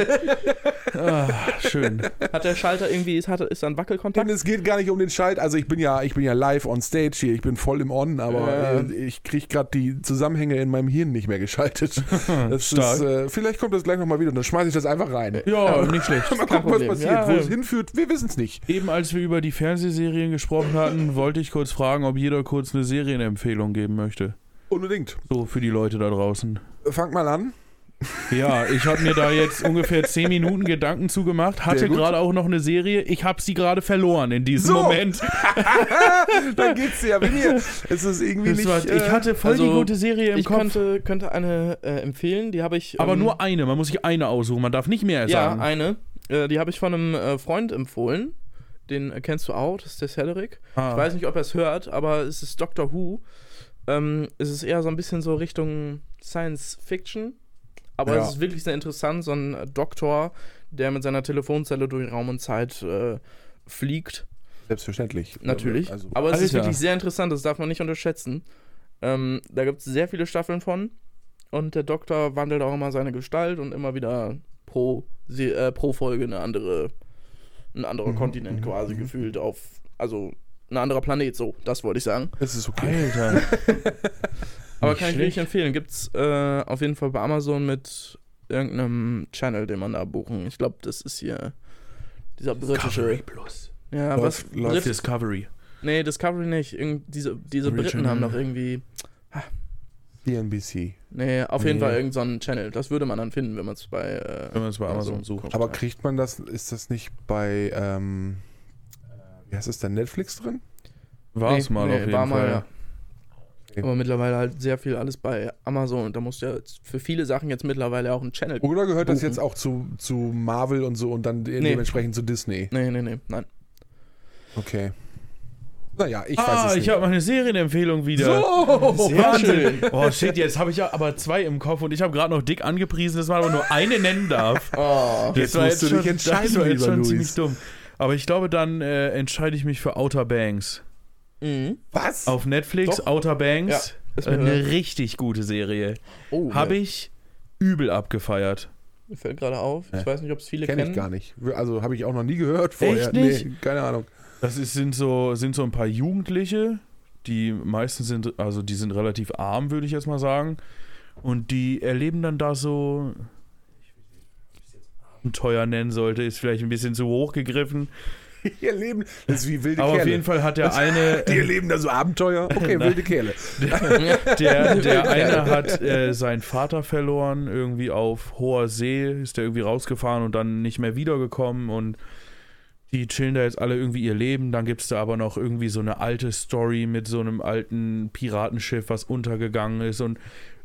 C: Ah, schön.
B: Hat der Schalter irgendwie, ist, hat, ist da ein
A: denn
B: Wackelkontakt?
A: es geht gar nicht um den Schalt. Also ich bin ja, ich bin ja live on stage hier. Ich bin voll im On, aber
B: Ja.
A: äh, ich kriege gerade die Zusammenhänge in meinem Hirn nicht mehr geschaltet. Das
C: Stark.
A: ist, äh, vielleicht kommt das gleich nochmal wieder und dann schmeiße ich das einfach rein.
C: Ja, nicht schlecht.
A: Mal
B: kein
A: gucken, was
B: Problem.
A: passiert.
B: Ja,
A: Wo
B: ja.
A: es hinführt, wir wissen es nicht.
C: Eben als wir über die Fernsehserien gesprochen hatten, wollte ich kurz fragen, ob jeder kurz eine Serienempfehlung geben möchte.
A: Unbedingt.
C: So für die Leute da draußen.
A: Fangt mal an.
C: Ja, ich habe mir da jetzt ungefähr 10 Minuten Gedanken zugemacht, hatte
A: Sehr gut.
C: gerade auch noch eine Serie. Ich habe sie gerade verloren in diesem
A: So.
C: Moment.
A: Dann Ah, geht's dir ja wenn ihr. Es ist irgendwie
C: Das
A: nicht.
C: war, ich
A: äh,
C: hatte voll die
B: also,
C: gute Serie im
B: Ich
C: Kopf.
B: könnte, könnte eine äh, empfehlen, die habe ich.
C: aber
B: ähm,
C: nur eine, man muss sich eine aussuchen, man darf nicht mehr
B: Ja,
C: sagen.
B: eine. Äh, die habe ich von einem äh, Freund empfohlen. Den äh, kennst du auch, das ist der Cedric.
C: Ah.
B: Ich weiß nicht, ob er es hört, aber es ist Doctor Who. Ähm, es ist eher so ein bisschen so Richtung Science Fiction. Aber
A: Ja.
B: es ist wirklich sehr interessant, so ein äh, Doktor, der mit seiner Telefonzelle durch Raum und Zeit äh, fliegt.
A: Selbstverständlich.
B: Natürlich.
A: Also,
B: aber es ist
C: Alter.
B: wirklich sehr interessant, das darf man nicht unterschätzen. Ähm, da gibt es sehr viele Staffeln von. Und der Doktor wandelt auch immer seine Gestalt und immer wieder pro, Se- äh, pro Folge eine andere, ein
A: Mhm,
B: anderer Kontinent quasi gefühlt auf, also ein anderer Planet, so, das wollte ich sagen.
A: es ist okay.
C: Alter.
B: Aber
C: Nicht
B: kann ich
C: schlecht.
B: wirklich empfehlen. Gibt's äh, auf jeden Fall bei Amazon mit irgendeinem Channel, den man da buchen. Ich glaube, das ist hier dieser britische.
C: Plus.
B: Ja, was?
A: Läuft- läuft
B: Brit-
C: Discovery.
B: Nee, Discovery nicht. Irgend diese diese
C: Discovery
B: Briten
C: Channel.
B: haben doch irgendwie.
A: CNBC.
B: Nee, auf jeden
A: Nee.
B: Fall irgendeinen so einen Channel. Das würde man dann finden, wenn man es bei. Äh,
C: Wenn man es bei Amazon sucht.
B: guckt.
A: Aber kriegt man das, ist das nicht bei, ähm, wie heißt es denn, Netflix drin?
C: War es mal auf jeden
B: war
C: Fall.
B: mal, ja.
A: Okay.
B: Aber mittlerweile halt sehr viel alles bei Amazon und da musst du ja jetzt für viele Sachen jetzt mittlerweile auch einen Channel.
A: Oder gehört das
C: Mhm.
B: Buchen.
A: jetzt auch zu, zu Marvel und so und dann de-
B: Nee.
A: dementsprechend zu Disney?
B: Nee, nee, nee, nein.
A: Okay. Naja, ich
C: ah,
A: weiß es
C: ich
A: nicht.
C: habe meine Serienempfehlung wieder.
A: so!
C: Wahnsinn. Oh shit, jetzt habe ich ja aber zwei im Kopf und ich habe gerade noch dick angepriesen, dass man aber nur eine nennen darf.
B: Oh,
A: Jetzt
C: war
A: musst du dich
C: schon-
A: entscheiden,
C: das war jetzt
A: lieber
C: schon
A: Luis.
C: ziemlich dumm. Aber ich glaube, dann äh, entscheide ich mich für Outer Banks.
B: mhm.
A: Was?
C: Auf Netflix,
B: Doch.
C: Outer Banks.
B: Ja, ist mir
A: Äh,
C: Eine
B: klar.
C: richtig gute Serie.
B: oh
C: Habe
B: ja.
C: ich übel abgefeiert.
B: Mir fällt gerade auf. Ich
C: Ja.
B: weiß nicht, ob es viele
A: Kenne
B: kennen.
A: Äh, ich gar nicht. Also habe ich auch noch nie gehört vorher.
C: Echt nicht?
A: Nee, keine Ahnung.
C: Das ist, sind, so, sind so ein paar Jugendliche, die meisten sind, also die sind relativ arm, würde ich jetzt mal sagen. Und die erleben dann da so. Abenteuer nennen sollte, ist vielleicht ein bisschen zu hoch gegriffen.
A: Ihr Leben, das ist wie wilde
C: Aber
A: Kerle.
C: auf jeden Fall hat der eine. ähm,
A: Die erleben da so Abenteuer. Okay, wilde Kerle.
C: Der, der eine hat äh, seinen Vater verloren, irgendwie auf hoher See, ist der irgendwie rausgefahren und dann nicht mehr wiedergekommen und die chillen da jetzt alle irgendwie ihr Leben. Dann gibt es da aber noch irgendwie so eine alte Story mit so einem alten Piratenschiff, was untergegangen ist und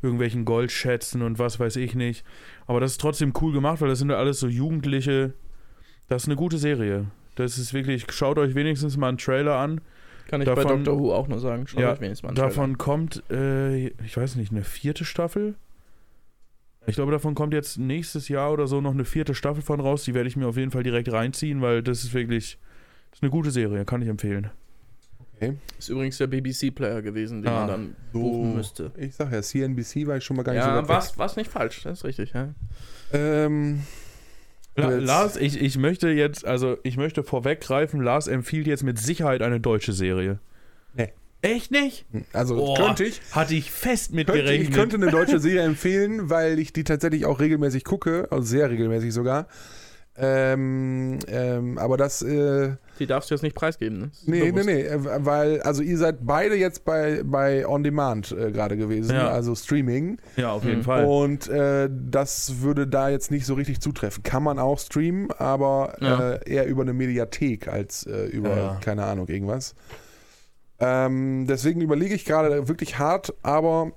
C: irgendwelchen Goldschätzen und was weiß ich nicht. Aber das ist trotzdem cool gemacht, weil das sind ja alles so Jugendliche. Das ist eine gute Serie. Das ist wirklich, schaut euch wenigstens mal einen Trailer an.
B: Kann ich bei
C: Davon-
B: Doctor Who auch nur sagen. Schaut euch wenigstens mal an.
C: davon kommt, äh, ich weiß nicht, eine vierte Staffel. Ich glaube, davon kommt jetzt nächstes Jahr oder so noch eine vierte Staffel von raus. Die werde ich mir auf jeden Fall direkt reinziehen, weil das ist wirklich, das ist eine gute Serie, kann ich empfehlen.
B: Ist übrigens der BBC-Player gewesen, den
C: Ah,
B: man dann
A: so.
B: buchen müsste.
A: Ich sag ja, CNBC war ich schon mal gar nicht
B: Ja,
A: so weit
B: war's, war's nicht falsch, das ist richtig, ja.
A: weg. Ähm,
C: La
A: Jetzt-
C: Lars, ich, ich möchte jetzt, also ich möchte vorweggreifen, Lars empfiehlt jetzt mit Sicherheit eine deutsche Serie.
A: Nee.
C: Echt nicht?
A: also
C: Boah,
A: könnte ich.
C: Hatte ich fest
A: Könnte,
C: mitgerechnet.
A: ich könnte eine deutsche Serie empfehlen, weil ich die tatsächlich auch regelmäßig gucke, also sehr regelmäßig sogar. Ähm, ähm, aber das, äh,
B: Die darfst du jetzt nicht preisgeben, ne? Ist
A: nee, nee,
B: bewusst.
A: nee, äh, weil, also ihr seid beide jetzt bei, bei On Demand äh, gerade gewesen,
C: Ja.
A: also Streaming.
C: ja, auf jeden
B: Mhm.
C: Fall.
A: Und äh, das würde da jetzt nicht so richtig zutreffen. Kann man auch streamen, aber
B: Ja.
A: äh, eher über eine Mediathek als äh, über,
C: Ja.
A: keine Ahnung, irgendwas. Ähm, deswegen überlege ich gerade wirklich hart, aber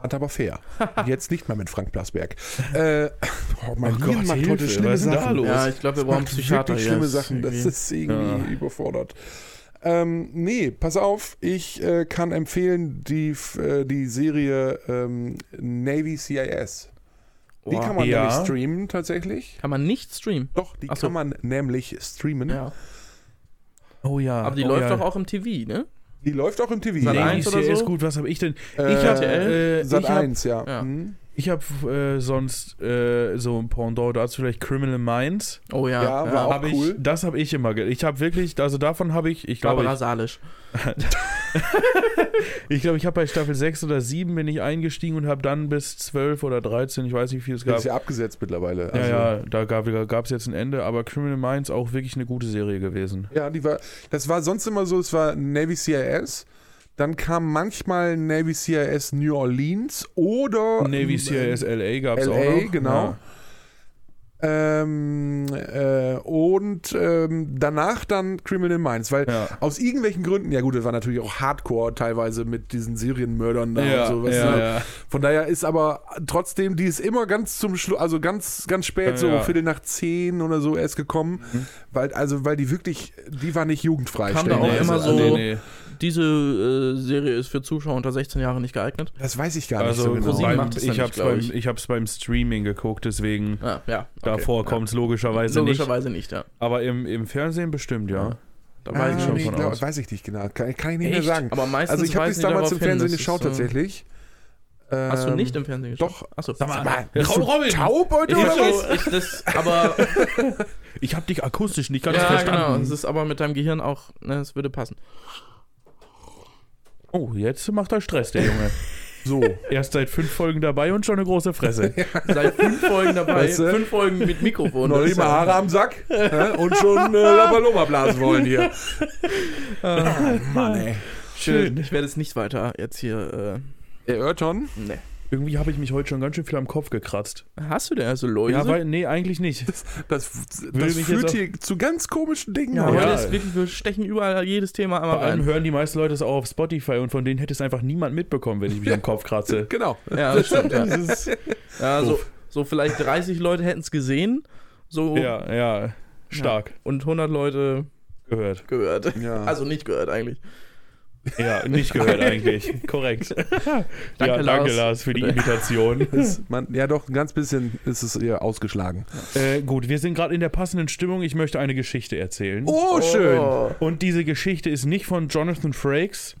A: hart, aber fair. Jetzt nicht mal mit Frank Blasberg. Äh, oh, mein
C: Oh
A: Gott,
C: Gott,
A: macht heute
C: Hilfe,
A: schlimme
C: was ist denn da
A: Sachen.
C: los?
B: Ja, ich glaube, wir brauchen einen
A: Macht
B: Psychiater
A: wirklich
B: hier.
A: schlimme
B: Ist
A: Sachen. Das
B: irgendwie-
A: ist irgendwie überfordert. Ähm, nee, pass auf, ich äh, kann empfehlen die, F- äh, die Serie ähm, Navy CIS. Die
B: Boah.
A: kann man
C: ja.
A: nämlich streamen tatsächlich.
B: Kann man nicht streamen.
A: Doch, die
B: Ach so.
A: kann man nämlich streamen.
B: Ja.
C: oh ja.
B: Aber die
C: oh
B: läuft
C: ja.
B: doch auch im TV, ne?
A: Die läuft auch im TV.
B: Sat.
C: Nee,
B: eins oder
C: CR
B: so?
C: ist gut, was habe ich denn?
A: Äh,
C: ich habe
B: RTL?
C: äh,
A: Sat
C: ich hab,
A: 1, ja.
B: ja.
A: Mhm.
C: ich hab, äh, sonst äh, so ein Pendant dazu vielleicht Criminal Minds.
B: Oh ja.
A: Ja, war auch
C: Hab ich,
A: cool.
C: Das habe ich immer. ge- Ich habe wirklich, also davon habe ich, ich glaube,
B: Barbara
C: ich,
B: Salisch.
C: ich, glaub, ich habe bei Staffel 6 oder 7 bin ich eingestiegen und habe dann bis 12 oder 13, ich weiß nicht, wie viel es
A: Das
C: gab.
A: ist ja abgesetzt mittlerweile. also
C: Ja, ja, da gab es jetzt ein Ende, aber Criminal Minds auch wirklich eine gute Serie gewesen.
A: Ja, die war, das war sonst immer so, es war Navy CIS, dann kam manchmal Navy CIS New Orleans oder äh,
C: Navy CIS LA gab es auch
A: LA,
C: noch.
A: Oh, genau.
C: Ja.
A: Ähm, äh, und ähm, danach dann Criminal Minds, weil
C: Ja.
A: aus irgendwelchen Gründen, ja gut, das war natürlich auch Hardcore teilweise mit diesen Serienmördern da
C: Ja,
A: und so, weißt
C: ja,
A: du?
C: ja.
A: Von daher ist aber trotzdem, die ist immer ganz zum Schluss, also ganz, ganz spät, so
C: Ja. Mhm.
A: Viertel nach zehn oder so erst gekommen, weil, also, weil die wirklich, die war nicht jugendfrei.
B: Kam da auch
A: stellenweise.
B: immer so-
A: Also,
C: nee.
B: Diese äh, Serie ist für Zuschauer unter 16 Jahren nicht geeignet.
A: Das weiß ich gar
C: Also
A: nicht so
B: ProSieben
A: genau.
C: beim,
B: macht es
C: ich
B: nämlich,
C: habe es
B: glaub
C: beim,
B: ich.
C: ich hab's beim Streaming geguckt, deswegen
B: Ah, ja. Okay.
C: davor kommt es logischerweise nicht.
B: Logischerweise nicht, ja.
C: Aber im, im Fernsehen bestimmt, ja. Da
A: Ah,
C: weiß ich schon
A: nee,
C: von
A: glaub-
C: aus.
A: weiß ich nicht genau. Kann, kann ich nicht mehr
B: Echt?
A: sagen.
B: Aber meistens
A: Also ich habe
B: weisen
A: das
B: die
A: damals
B: darauf
A: im
B: hin,
A: Fernsehen
B: das ist,
A: geschaut
B: äh,
A: tatsächlich.
B: Hast du
A: Ähm,
B: nicht im Fernsehen geschaut?
A: doch.
B: Achso.
A: Sag mal,
C: Rob-
A: bist du
C: Robin!
A: taub heute
B: Ich,
A: oder was?
B: so, ich das, aber
C: Ich habe dich akustisch nicht ganz
B: ja,
C: verstanden.
B: genau. Es ist aber mit deinem Gehirn auch, ne, es würde passen.
C: Oh, jetzt macht er Stress, der Junge.
A: So.
C: Erst seit fünf Folgen dabei und schon eine große Fresse.
B: Seit fünf Folgen dabei,
A: Weißt du?
B: fünf Folgen mit Mikrofon.
A: Noch
B: Das
A: nicht
B: ist
A: mal
B: ja-
A: Haare am Sack hä? und schon äh, Labaloma blasen wollen hier. Ah, Mann, ey.
B: Schön. Ich werde es nicht weiter jetzt hier.
A: Ey, Örton?
B: Äh, ne.
C: Irgendwie habe ich mich heute schon ganz schön viel am Kopf gekratzt.
B: Hast du denn also Läuse?
C: Ja, weil, nee, eigentlich nicht.
A: Das,
C: Will
A: das
C: mich
A: führt
C: jetzt
A: hier zu ganz komischen Dingen.
B: ja,
A: heute.
B: heute
C: ja.
B: ist wirklich, wir stechen überall jedes Thema einmal
C: Vor allem
B: rein.
C: hören die meisten Leute es auch auf Spotify und von denen hätte es einfach niemand mitbekommen, wenn ich mich am Kopf kratze.
A: Genau.
B: Ja, das stimmt. Ja.
C: Das ist-
B: Ja, so, so vielleicht 30 Leute hätten es gesehen. So
C: ja, ja, stark
B: und 100 Leute
C: gehört.
B: gehört.
A: Ja.
B: Also nicht gehört eigentlich.
C: Ja, nicht gehört eigentlich. Korrekt. ja, danke
B: Lars.
C: Lars für die Imitation.
A: Ist, man, ja, doch, ein ganz bisschen ist es ihr ausgeschlagen.
C: äh, gut, wir sind gerade in der passenden Stimmung. Ich möchte eine Geschichte erzählen.
A: Oh, schön.
C: Und diese Geschichte ist nicht von Jonathan Frakes,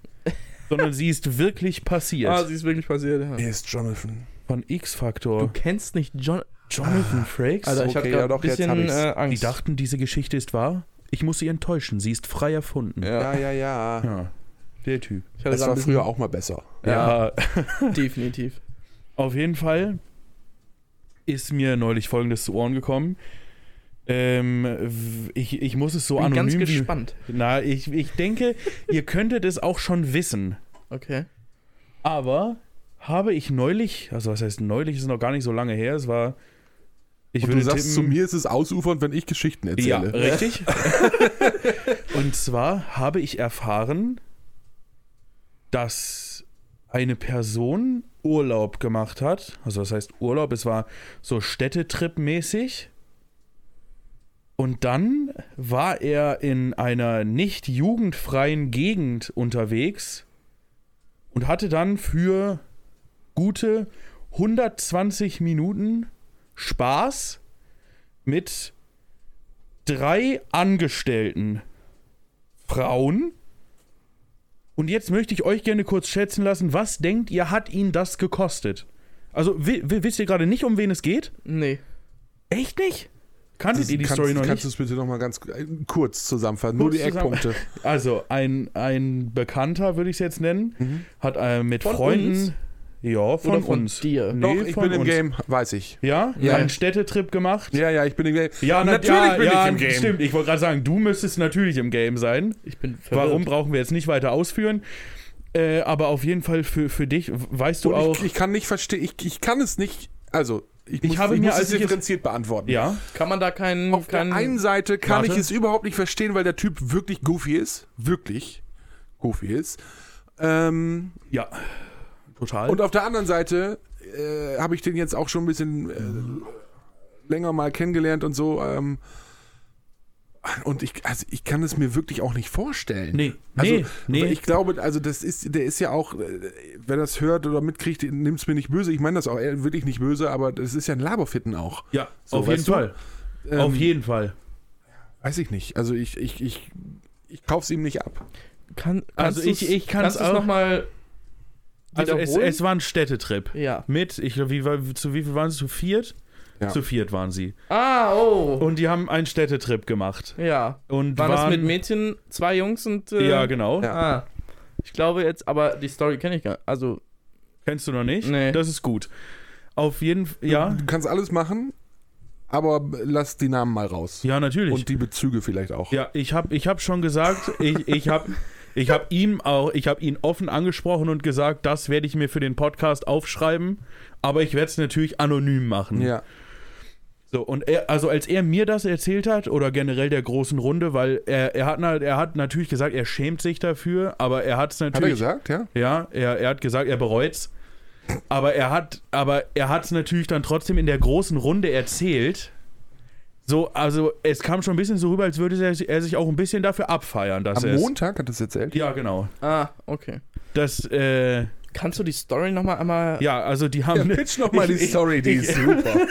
C: sondern sie ist wirklich passiert.
B: Ah, sie ist wirklich passiert. Ja.
A: Hier ist Jonathan.
C: von
B: Du
C: X-Factor.
B: kennst nicht John.
C: Jonathan Frakes?
B: Alter, ich
A: okay,
B: hab
A: ja
B: grad
A: doch,
B: ein
A: jetzt
B: bisschen
A: hab ich's.
B: äh,
C: die
B: Angst.
C: dachten, diese Geschichte ist wahr. Ich muss sie enttäuschen. Sie ist frei erfunden.
B: ja,
A: ja, ja.
C: Ja, Der Typ.
B: ich
A: Das
B: grad
A: war
B: ein
A: früher auch mal besser.
B: Ja.
C: Ja.
B: bisschen- Definitiv.
C: Auf jeden Fall ist mir neulich folgendes zu Ohren gekommen. Ähm, w- ich, ich muss es so
B: Bin
C: anonym
B: ganz
C: wie-
B: gespannt.
C: Na, ich, ich denke, ihr könntet es auch schon wissen.
B: Okay.
C: Aber habe ich neulich, also was heißt neulich, ist noch gar nicht so lange her, es war. Ich
A: Und du
C: würde
A: sagst
C: tippen,
A: zu mir, ist es ausufernd, wenn ich Geschichten
C: Ja,
A: erzähle.
C: richtig. Und zwar habe ich erfahren, dass eine Person Urlaub gemacht hat. Also das heißt Urlaub, es war so Städtetrip-mäßig. Und dann war er in einer nicht jugendfreien Gegend unterwegs und hatte dann für gute 120 Minuten Spaß mit drei Angestellten Frauen. Und jetzt möchte ich euch gerne kurz schätzen lassen, was denkt ihr, hat ihn das gekostet? Also wi wi- wisst ihr gerade nicht, um wen es geht?
B: Nee.
C: Echt nicht? Kanntet ihr die Story noch nicht?
A: Kannst du es bitte nochmal ganz äh, kurz zusammenfassen? Nur
C: Kurz
A: die
C: zusammen-
A: Eckpunkte.
C: Also, ein, ein Bekannter, würde ich es jetzt nennen,
A: Mhm.
C: hat äh, mit
B: Von
C: Freunden.
B: uns?
C: Ja, von,
B: Oder von
C: uns.
B: dir?
C: Nee,
A: Doch, ich
C: von
A: bin im
C: uns.
A: Game, weiß ich.
C: Ja?
B: Ja.
C: Einen Städtetrip gemacht?
A: Ja, ja, ich bin im Game.
C: na- ja,
A: bin
C: ja,
A: ich im Game.
C: Stimmt, ich wollte gerade sagen, du müsstest natürlich im Game sein.
B: Ich bin verwirrt.
C: Warum brauchen wir jetzt nicht weiter ausführen? Äh, aber auf jeden Fall für, für dich, weißt du
A: Und
C: auch.
A: Ich, ich kann nicht verstehen, ich, ich kann es nicht, also ich,
C: Ich
A: muss,
C: habe mir,
A: muss
C: als
A: es
C: ich es-
A: differenziert beantworten.
C: ja,
B: Kann man da keinen.
A: Auf
B: keinen
A: der einen Seite kann
C: Warte.
A: ich es überhaupt nicht verstehen, weil der Typ wirklich goofy ist. Wirklich goofy ist. Ähm,
C: ja. Total.
A: und auf der anderen Seite äh, habe ich den jetzt auch schon ein bisschen äh, länger mal kennengelernt und so. Ähm, und ich, also ich kann es mir wirklich auch nicht vorstellen.
C: nee,
A: Also,
C: nee, nee.
A: Ich glaube, also das ist, der ist ja auch, äh, wer das hört oder mitkriegt, nimmt es mir nicht böse. Ich meine das auch äh, wirklich nicht böse, aber das ist ja ein Laberfitten auch.
C: ja,
A: so,
C: auf jeden
A: weißt du?
C: Fall.
A: Ähm,
C: auf jeden Fall.
A: Weiß ich nicht. Also ich, ich, ich, ich kauf's ihm nicht ab.
B: Kann,
C: Also
B: kannst
C: ich-
B: du's-
C: ich kann's
B: kannst du's
C: auch-
B: noch mal
C: Also es,
B: wiederholen?
C: es war ein Städtetrip.
B: Ja.
C: Mit, ich glaube, wie, war- zu wie viel waren sie? Zu viert?
A: Ja.
C: Zu viert waren sie.
B: Ah, oh.
C: Und die haben einen Städtetrip gemacht.
B: Ja.
C: Und
B: War das
C: waren,
B: mit Mädchen, zwei Jungs und. äh,
C: Ja, genau.
A: Ja.
B: Ah. Ich glaube jetzt, aber die Story kenne ich gar nicht. Also,
C: Kennst du noch nicht?
B: Nee.
C: Das ist gut. Auf jeden Fall, ja.
A: Du kannst alles machen, aber lass die Namen mal raus.
C: Ja, natürlich.
A: Und die Bezüge vielleicht auch.
C: ja, ich habe ich hab schon gesagt, ich, ich habe ich hab ihm auch, ich habe ihn offen angesprochen und gesagt, das werde ich mir für den Podcast aufschreiben, aber ich werde es natürlich anonym machen.
A: Ja.
C: So, und er, also als er mir das erzählt hat, oder generell der großen Runde, weil er, er, hat, na- er hat natürlich gesagt, er schämt sich dafür, aber er hat es
A: Hat er
C: natürlich.
A: gesagt, ja?
C: Ja, er, er hat gesagt, er bereut's. Aber er hat, aber er hat es natürlich dann trotzdem in der großen Runde erzählt. So, also es kam schon ein bisschen so rüber, als würde er, er sich auch ein bisschen dafür abfeiern, dass er
A: Am
C: es-
A: Montag hat er es erzählt.
C: Ja, genau.
B: ah, okay.
C: Das, äh,
B: Kannst du die Story noch mal einmal.
C: ja, also die haben.
A: nochmal
C: Ich- ich- ich-
A: super.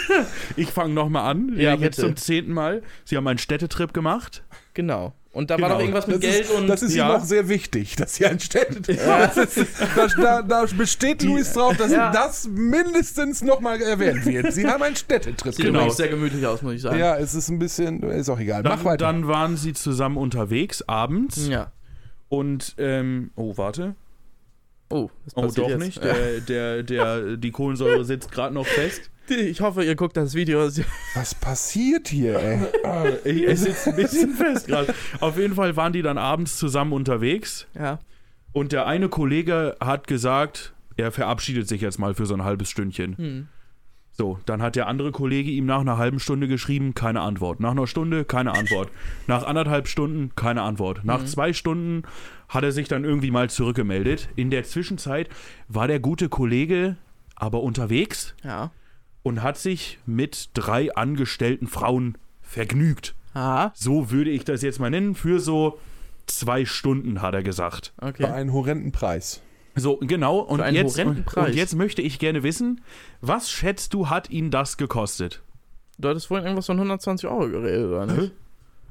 C: Ich fange nochmal an.
B: Ja,
C: jetzt
B: bitte.
C: zum zehnten Mal. Sie haben einen Städtetrip gemacht.
B: Genau. Und da
C: Genau.
B: war doch irgendwas
A: Das
B: mit Geld
A: ist,
B: und.
A: das ist
C: ja.
A: ihm auch sehr wichtig, dass sie ein Städtetrip Das ist- da, da, da besteht Luis drauf, dass
B: Ja.
A: das mindestens nochmal erwähnt wird. Sie haben einen Städtetrip
B: Sieht
C: Genau.
B: übrigens sehr gemütlich aus, muss ich sagen.
A: Ja, es ist ein bisschen, ist auch egal.
C: Dann,
A: Mach weiter.
C: dann waren sie zusammen unterwegs abends
B: Ja.
C: und ähm, oh warte,
B: Oh, das
C: oh
B: passiert
C: doch
B: jetzt.
C: nicht,
B: Ja.
C: der, der, der, die Kohlensäure sitzt gerade noch fest.
B: Ich hoffe, ihr guckt das Video.
A: Was passiert hier, ey?
C: Ich- Es sitzt ein bisschen fest gerade. Auf jeden Fall waren die dann abends zusammen unterwegs
B: Ja.
C: und der eine Kollege hat gesagt, er verabschiedet sich jetzt mal für so ein halbes Stündchen.
B: Hm.
C: So, dann hat der andere Kollege ihm nach einer halben Stunde geschrieben, keine Antwort. Nach einer Stunde, keine Antwort. Nach anderthalb Stunden, keine Antwort. Nach zwei Stunden hat er sich dann irgendwie mal zurückgemeldet. In der Zwischenzeit war der gute Kollege aber unterwegs
B: Ja.
C: und hat sich mit drei angestellten Frauen vergnügt.
B: Ah,
C: So würde ich das jetzt mal nennen. Für so zwei Stunden, hat er gesagt.
A: Für
B: okay.
A: einen horrenden Preis.
C: So, genau. Und,
B: einen
C: jetzt,
B: horrenden
C: und,
B: Preis.
C: und jetzt möchte ich gerne wissen, was schätzt du, hat ihn das gekostet?
B: Du hattest vorhin irgendwas von 120 Euro geredet, oder nicht?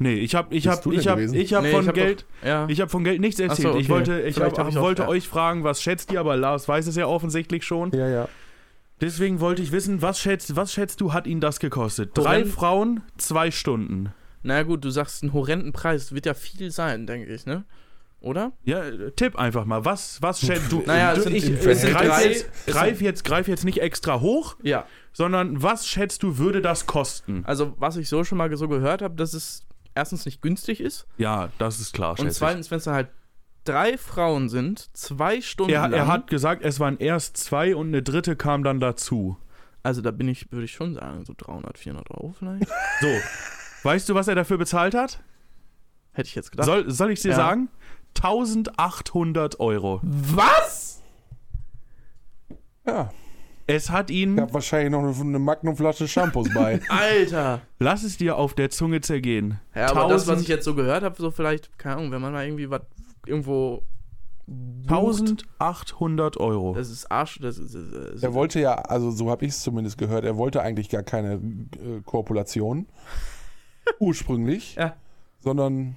C: Nee, ich habe ich
A: Bist
C: hab,
A: du denn
C: ich hab,
A: gewesen?
C: ich hab
B: Nee,
C: von
B: ich hab
C: Geld
B: Ja.
C: ich hab von Geld nichts
B: Ach so,
C: erzählt. Ich
B: okay.
C: wollte ich
B: Vielleicht
C: hab,
B: hab ich auch-
C: wollte
B: ja.
C: euch fragen, was schätzt ihr, aber Lars weiß es ja offensichtlich schon.
A: Ja, ja.
C: Deswegen wollte ich wissen, was schätzt was schätzt du, hat ihn das gekostet? Drei
B: Horrend.
C: Frauen, zwei Stunden.
B: Na gut, du sagst einen horrenden Preis. Wird ja viel sein, denke ich, ne? Oder?
C: Ja, äh, tipp einfach mal, was was schätzt du?
B: Naja,
C: du,
B: es sind-
C: ich,
B: es sind
C: greif,
B: drei-
C: jetzt, greif jetzt greif jetzt nicht extra hoch,
B: Ja.
C: sondern was schätzt du, würde das kosten?
B: Also, was ich so schon mal so gehört habe, dass es erstens nicht günstig ist
C: Ja, das ist klar. schätze
B: und
C: ich.
B: zweitens, wenn es da halt drei Frauen sind, zwei Stunden
C: er,
B: lang.
C: er hat gesagt, es waren erst zwei und eine dritte kam dann dazu.
B: also, da bin ich, würde ich schon sagen, so 300, 400 Euro vielleicht.
C: So, weißt du, was er dafür bezahlt hat?
B: Hätte ich jetzt gedacht.
C: Soll, soll ich dir
B: Ja.
C: sagen? 1800 Euro.
B: was?
A: Ja.
C: Es hat ihn,
A: Ich habe wahrscheinlich noch eine, eine Magnumflasche Shampoos bei.
B: Alter!
C: lass es dir auf der Zunge zergehen.
B: Ja, aber das, was
C: 1000
B: ich jetzt so gehört habe, so vielleicht, keine Ahnung, wenn man mal irgendwie was irgendwo. bucht,
C: 1800 Euro.
B: Das ist Arsch. Das ist, das ist,
A: Er wollte ja, also so habe ich es zumindest gehört, er wollte eigentlich gar keine äh, Korpulation ursprünglich,
B: Ja.
A: sondern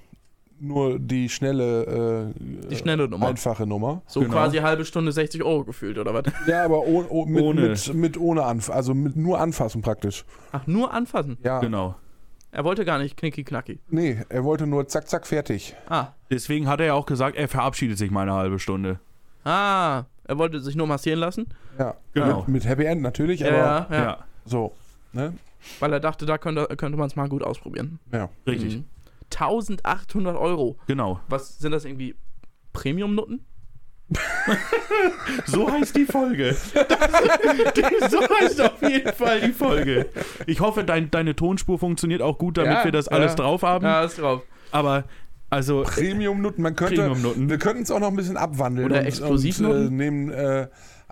A: nur die schnelle, äh,
B: die schnelle Nummer.
A: einfache Nummer.
B: So
C: Genau.
B: quasi halbe Stunde 60 Euro gefühlt, oder was?
A: Ja, aber oh, oh, mit,
C: Ohne.
A: Mit, mit ohne Anf also mit nur anfassen praktisch.
B: Ach, nur anfassen.
A: Ja,
C: Genau.
B: Er wollte gar nicht knicki knacki.
A: nee, er wollte nur zack zack fertig.
B: Ah.
C: Deswegen hat er ja auch gesagt, er verabschiedet sich mal eine halbe Stunde.
B: Ah. Er wollte sich nur massieren lassen.
A: Ja,
C: Genau.
A: mit, mit Happy End natürlich,
B: Ja,
A: aber
B: ja, ja.
A: so, ne?
B: Weil er dachte, da könnte, könnte man es mal gut ausprobieren.
A: Ja.
C: richtig.
B: Mhm. 1800 Euro.
C: Genau.
B: Was sind das irgendwie? Premium-Nutten?
C: So heißt die Folge. Das, so heißt auf jeden Fall die Folge. Ich hoffe, dein, deine Tonspur funktioniert auch gut, damit
B: Ja,
C: wir das alles
B: ja.
C: drauf haben.
B: Ja, ist drauf.
C: Aber, also,
A: Premium-Nutten, man könnte,
C: Premium-Nutten.
A: wir könnten es auch noch ein bisschen abwandeln.
B: Oder
A: und-
B: Explosivnutten?
A: Und, äh, nehmen, äh,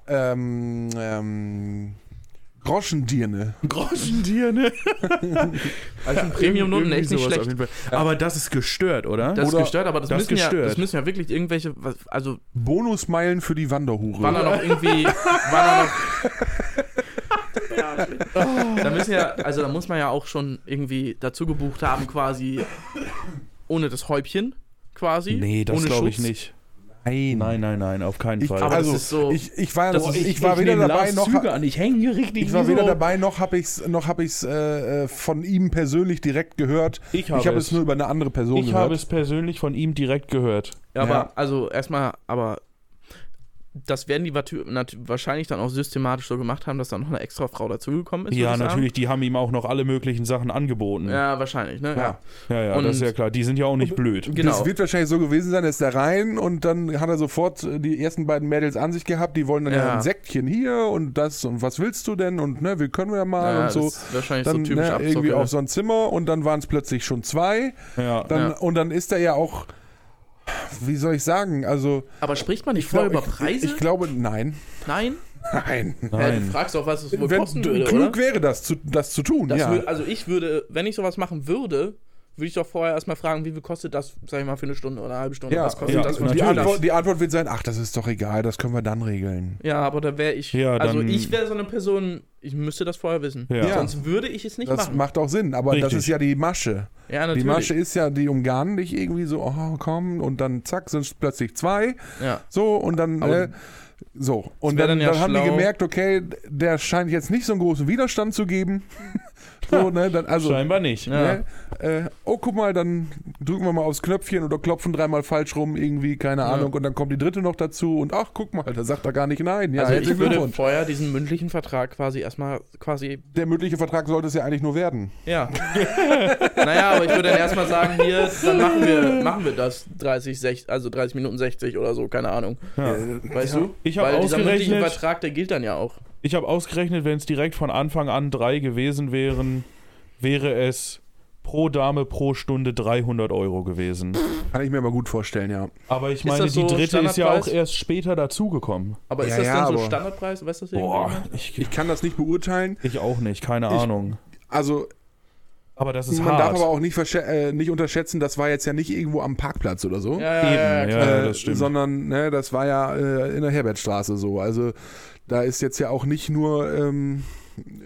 A: ähm, ähm, Groschendirne.
C: Groschendirne.
B: Also sind Premium-Nutten echt nicht schlecht.
C: Aber das ist gestört, oder?
B: Das ist
A: Oder
B: gestört, aber das,
C: das
B: müssen ja,
C: gestört.
B: das müssen ja wirklich irgendwelche, was- also
A: Bonusmeilen für die Wanderhure.
B: war da noch irgendwie, war da noch, da müssen ja, also da muss man ja auch schon irgendwie dazu gebucht haben quasi, ohne das Häubchen quasi,
C: nee, das
B: ohne
C: glaube ich
B: Schutz.
C: nicht.
A: Nein.
C: Nein, nein, nein, auf keinen
A: Ich,
C: Fall.
B: aber
A: also,
B: das ist so-
A: ich, ich war,
B: das ist-
A: oh, ich, war weder
C: nehme
A: dabei
C: Lars
A: noch.
C: Züge an. Ich hänge hier richtig
A: Ich war
C: wie so-
A: weder dabei noch habe ich es noch hab ich's, äh, äh, von ihm persönlich direkt gehört.
C: Ich habe
A: hab
C: es.
A: es nur über eine andere Person
C: Ich
A: gehört.
C: habe es persönlich von ihm direkt gehört.
B: Ja, aber
A: Ja.
B: also erstmal, aber das werden die watü- nat- wahrscheinlich dann auch systematisch so gemacht haben, dass da noch eine extra Frau dazugekommen ist.
C: ja,
B: würd ich
C: natürlich, die haben ihm auch noch alle möglichen Sachen angeboten.
B: Sagen. Ja, wahrscheinlich, ne?
A: Ja.
C: ja, ja das ist
B: Und-
C: ja klar. Die sind ja auch nicht blöd.
B: Genau.
A: Das wird wahrscheinlich so gewesen sein, er ist da rein und dann hat er sofort äh, die ersten beiden Mädels an sich gehabt, die wollen dann ja,
B: Ja.
A: ein Säckchen hier und das und was willst du denn und ne, wie können wir mal
B: Ja,
A: und so.
B: Das ist wahrscheinlich
A: Dann
B: so typisch
A: ne,
B: Abzocke.
A: irgendwie auf so ein Zimmer und dann waren es plötzlich schon zwei.
C: Ja.
A: Dann,
B: Ja.
A: Und dann ist er ja auch, wie soll ich sagen, also
B: Aber spricht man nicht vorher über Preise?
A: Ich, ich glaube, nein,
B: Nein?
A: nein.
B: Ja, du fragst auch, was es wohl
A: Wenn-
B: kosten würde,
A: klug
B: oder?
A: wäre das zu, das zu tun,
B: Das
A: ja.
B: wür- also ich würde, wenn ich sowas machen würde, würde ich doch vorher erstmal fragen, wie viel kostet das, sag ich mal, für eine Stunde oder eine halbe Stunde?
A: ja,
B: was kostet
A: ja,
B: Also das?
A: und die,
C: natürlich.
A: Antwort, die Antwort wird sein, ach, das ist doch egal, das können wir dann regeln.
B: Ja, aber da wäre ich,
C: Ja,
B: also
C: dann-
B: ich wäre so eine Person, ich müsste das vorher wissen.
C: Ja.
A: Ja.
B: Sonst würde ich es nicht
A: Das
B: machen.
A: macht auch Sinn, aber das
C: Richtig.
A: ist ja die Masche.
B: ja,
A: Die Masche ist ja, die umgarnen dich irgendwie so, oh komm, und dann zack, sind es plötzlich zwei,
B: Ja.
A: so, und dann,
B: Aber-
A: äh, so. Und
B: wär
A: dann, dann,
B: dann ja
A: haben die
B: schlau.
A: gemerkt, okay, der scheint jetzt nicht so einen großen Widerstand zu geben. so, ne, dann, also,
C: Scheinbar nicht.
B: Ja.
A: ne, äh, oh guck mal, dann drücken wir mal aufs Knöpfchen oder klopfen dreimal falsch rum, irgendwie, keine Ahnung, und dann kommt die dritte noch dazu und ach, guck mal, da sagt er gar nicht nein. Ja,
B: also ich
A: herzlichen
B: würde
A: Glückwunsch.
B: vorher diesen mündlichen Vertrag quasi erstmal quasi,
A: Der mündliche Vertrag sollte es ja eigentlich nur werden.
B: ja. naja, aber ich würde dann erstmal sagen, hier, dann machen wir, machen wir das 30, 60, also 30 Minuten 60 oder so, keine Ahnung.
C: Ja.
B: Weißt du?
C: Ich habe
B: Weil dieser mündliche
C: ausgerechnet,
B: Vertrag, der gilt dann ja auch.
C: ich hab ausgerechnet wenn es direkt von Anfang an drei gewesen wären, wäre es pro Dame pro Stunde 300 Euro gewesen.
A: Kann ich mir aber gut vorstellen, ja.
C: Aber ich meine,
B: das
C: die
B: so
C: dritte ist ja auch
B: Standardpreis?
C: erst später dazugekommen.
B: Aber ist
A: Ja,
B: das
A: ja,
B: dann so
A: aber-
B: Standardpreis? Weißt du das
C: Boah,
B: irgendwie?
C: ich,
A: Ich kann das nicht beurteilen.
C: ich auch nicht, keine Ahnung.
A: Also
C: Aber das ist
A: Man
C: hart.
A: darf aber auch nicht, verschä- äh, nicht unterschätzen, das war jetzt ja nicht irgendwo am Parkplatz oder so.
B: Ja, ja, ja, ja,
C: Eben,
B: klar.
C: ja,
A: Äh,
C: das stimmt.
A: Sondern ne, das war ja äh, in der Herbertstraße so. Also da ist jetzt ja auch nicht nur ähm,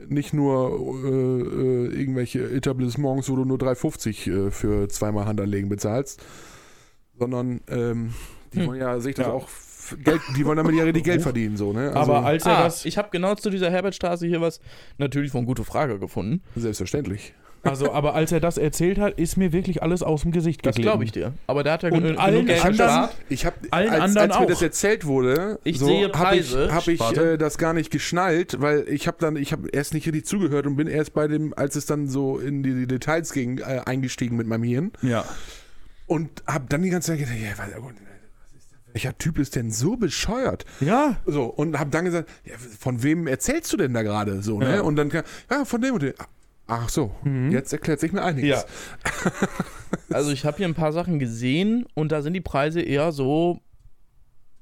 A: nicht nur äh, äh, irgendwelche Etablissements, wo du nur 3,50 äh, für zweimal Handanlegen bezahlst, sondern ähm, die
B: Hm.
A: wollen ja sich das
C: Ja.
A: auch f- Geld, die wollen damit ja richtig Geld verdienen so. Ne? Also,
C: aber als er
B: Ah,
C: das,
B: ich habe genau zu dieser Herbertstraße hier was natürlich von gute Frage gefunden.
A: selbstverständlich.
C: also, aber als er das erzählt hat, ist mir wirklich alles aus dem Gesicht
B: Das
C: geglitten.
B: glaube ich dir. Aber da hat er
C: Und
B: genug
C: allen
B: Geld
C: anderen-
B: gespart.
A: Ich habe
C: Allen
A: als,
C: anderen
A: als mir
C: auch.
A: das erzählt wurde,
B: Ich
A: so
B: sehe
A: habe ich,
B: Preise.
A: hab ich
C: Warte.
A: äh, das gar nicht geschnallt, weil ich habe dann ich habe erst nicht richtig zugehört und bin erst bei dem, als es dann so in die, die Details ging, äh, eingestiegen mit meinem Hirn
C: Ja.
A: und habe dann die ganze Zeit gedacht, ja, was, was ist denn, welcher Typ ist denn so bescheuert?
C: Ja.
A: So und habe dann gesagt, ja, von wem erzählst du denn da gerade so? Ne?
C: Ja. Mhm.
A: Und dann kam, ja von dem und dem. Ach so, jetzt erklärt sich mir einiges.
C: Ja.
B: Also ich habe hier ein paar Sachen gesehen und da sind die Preise eher so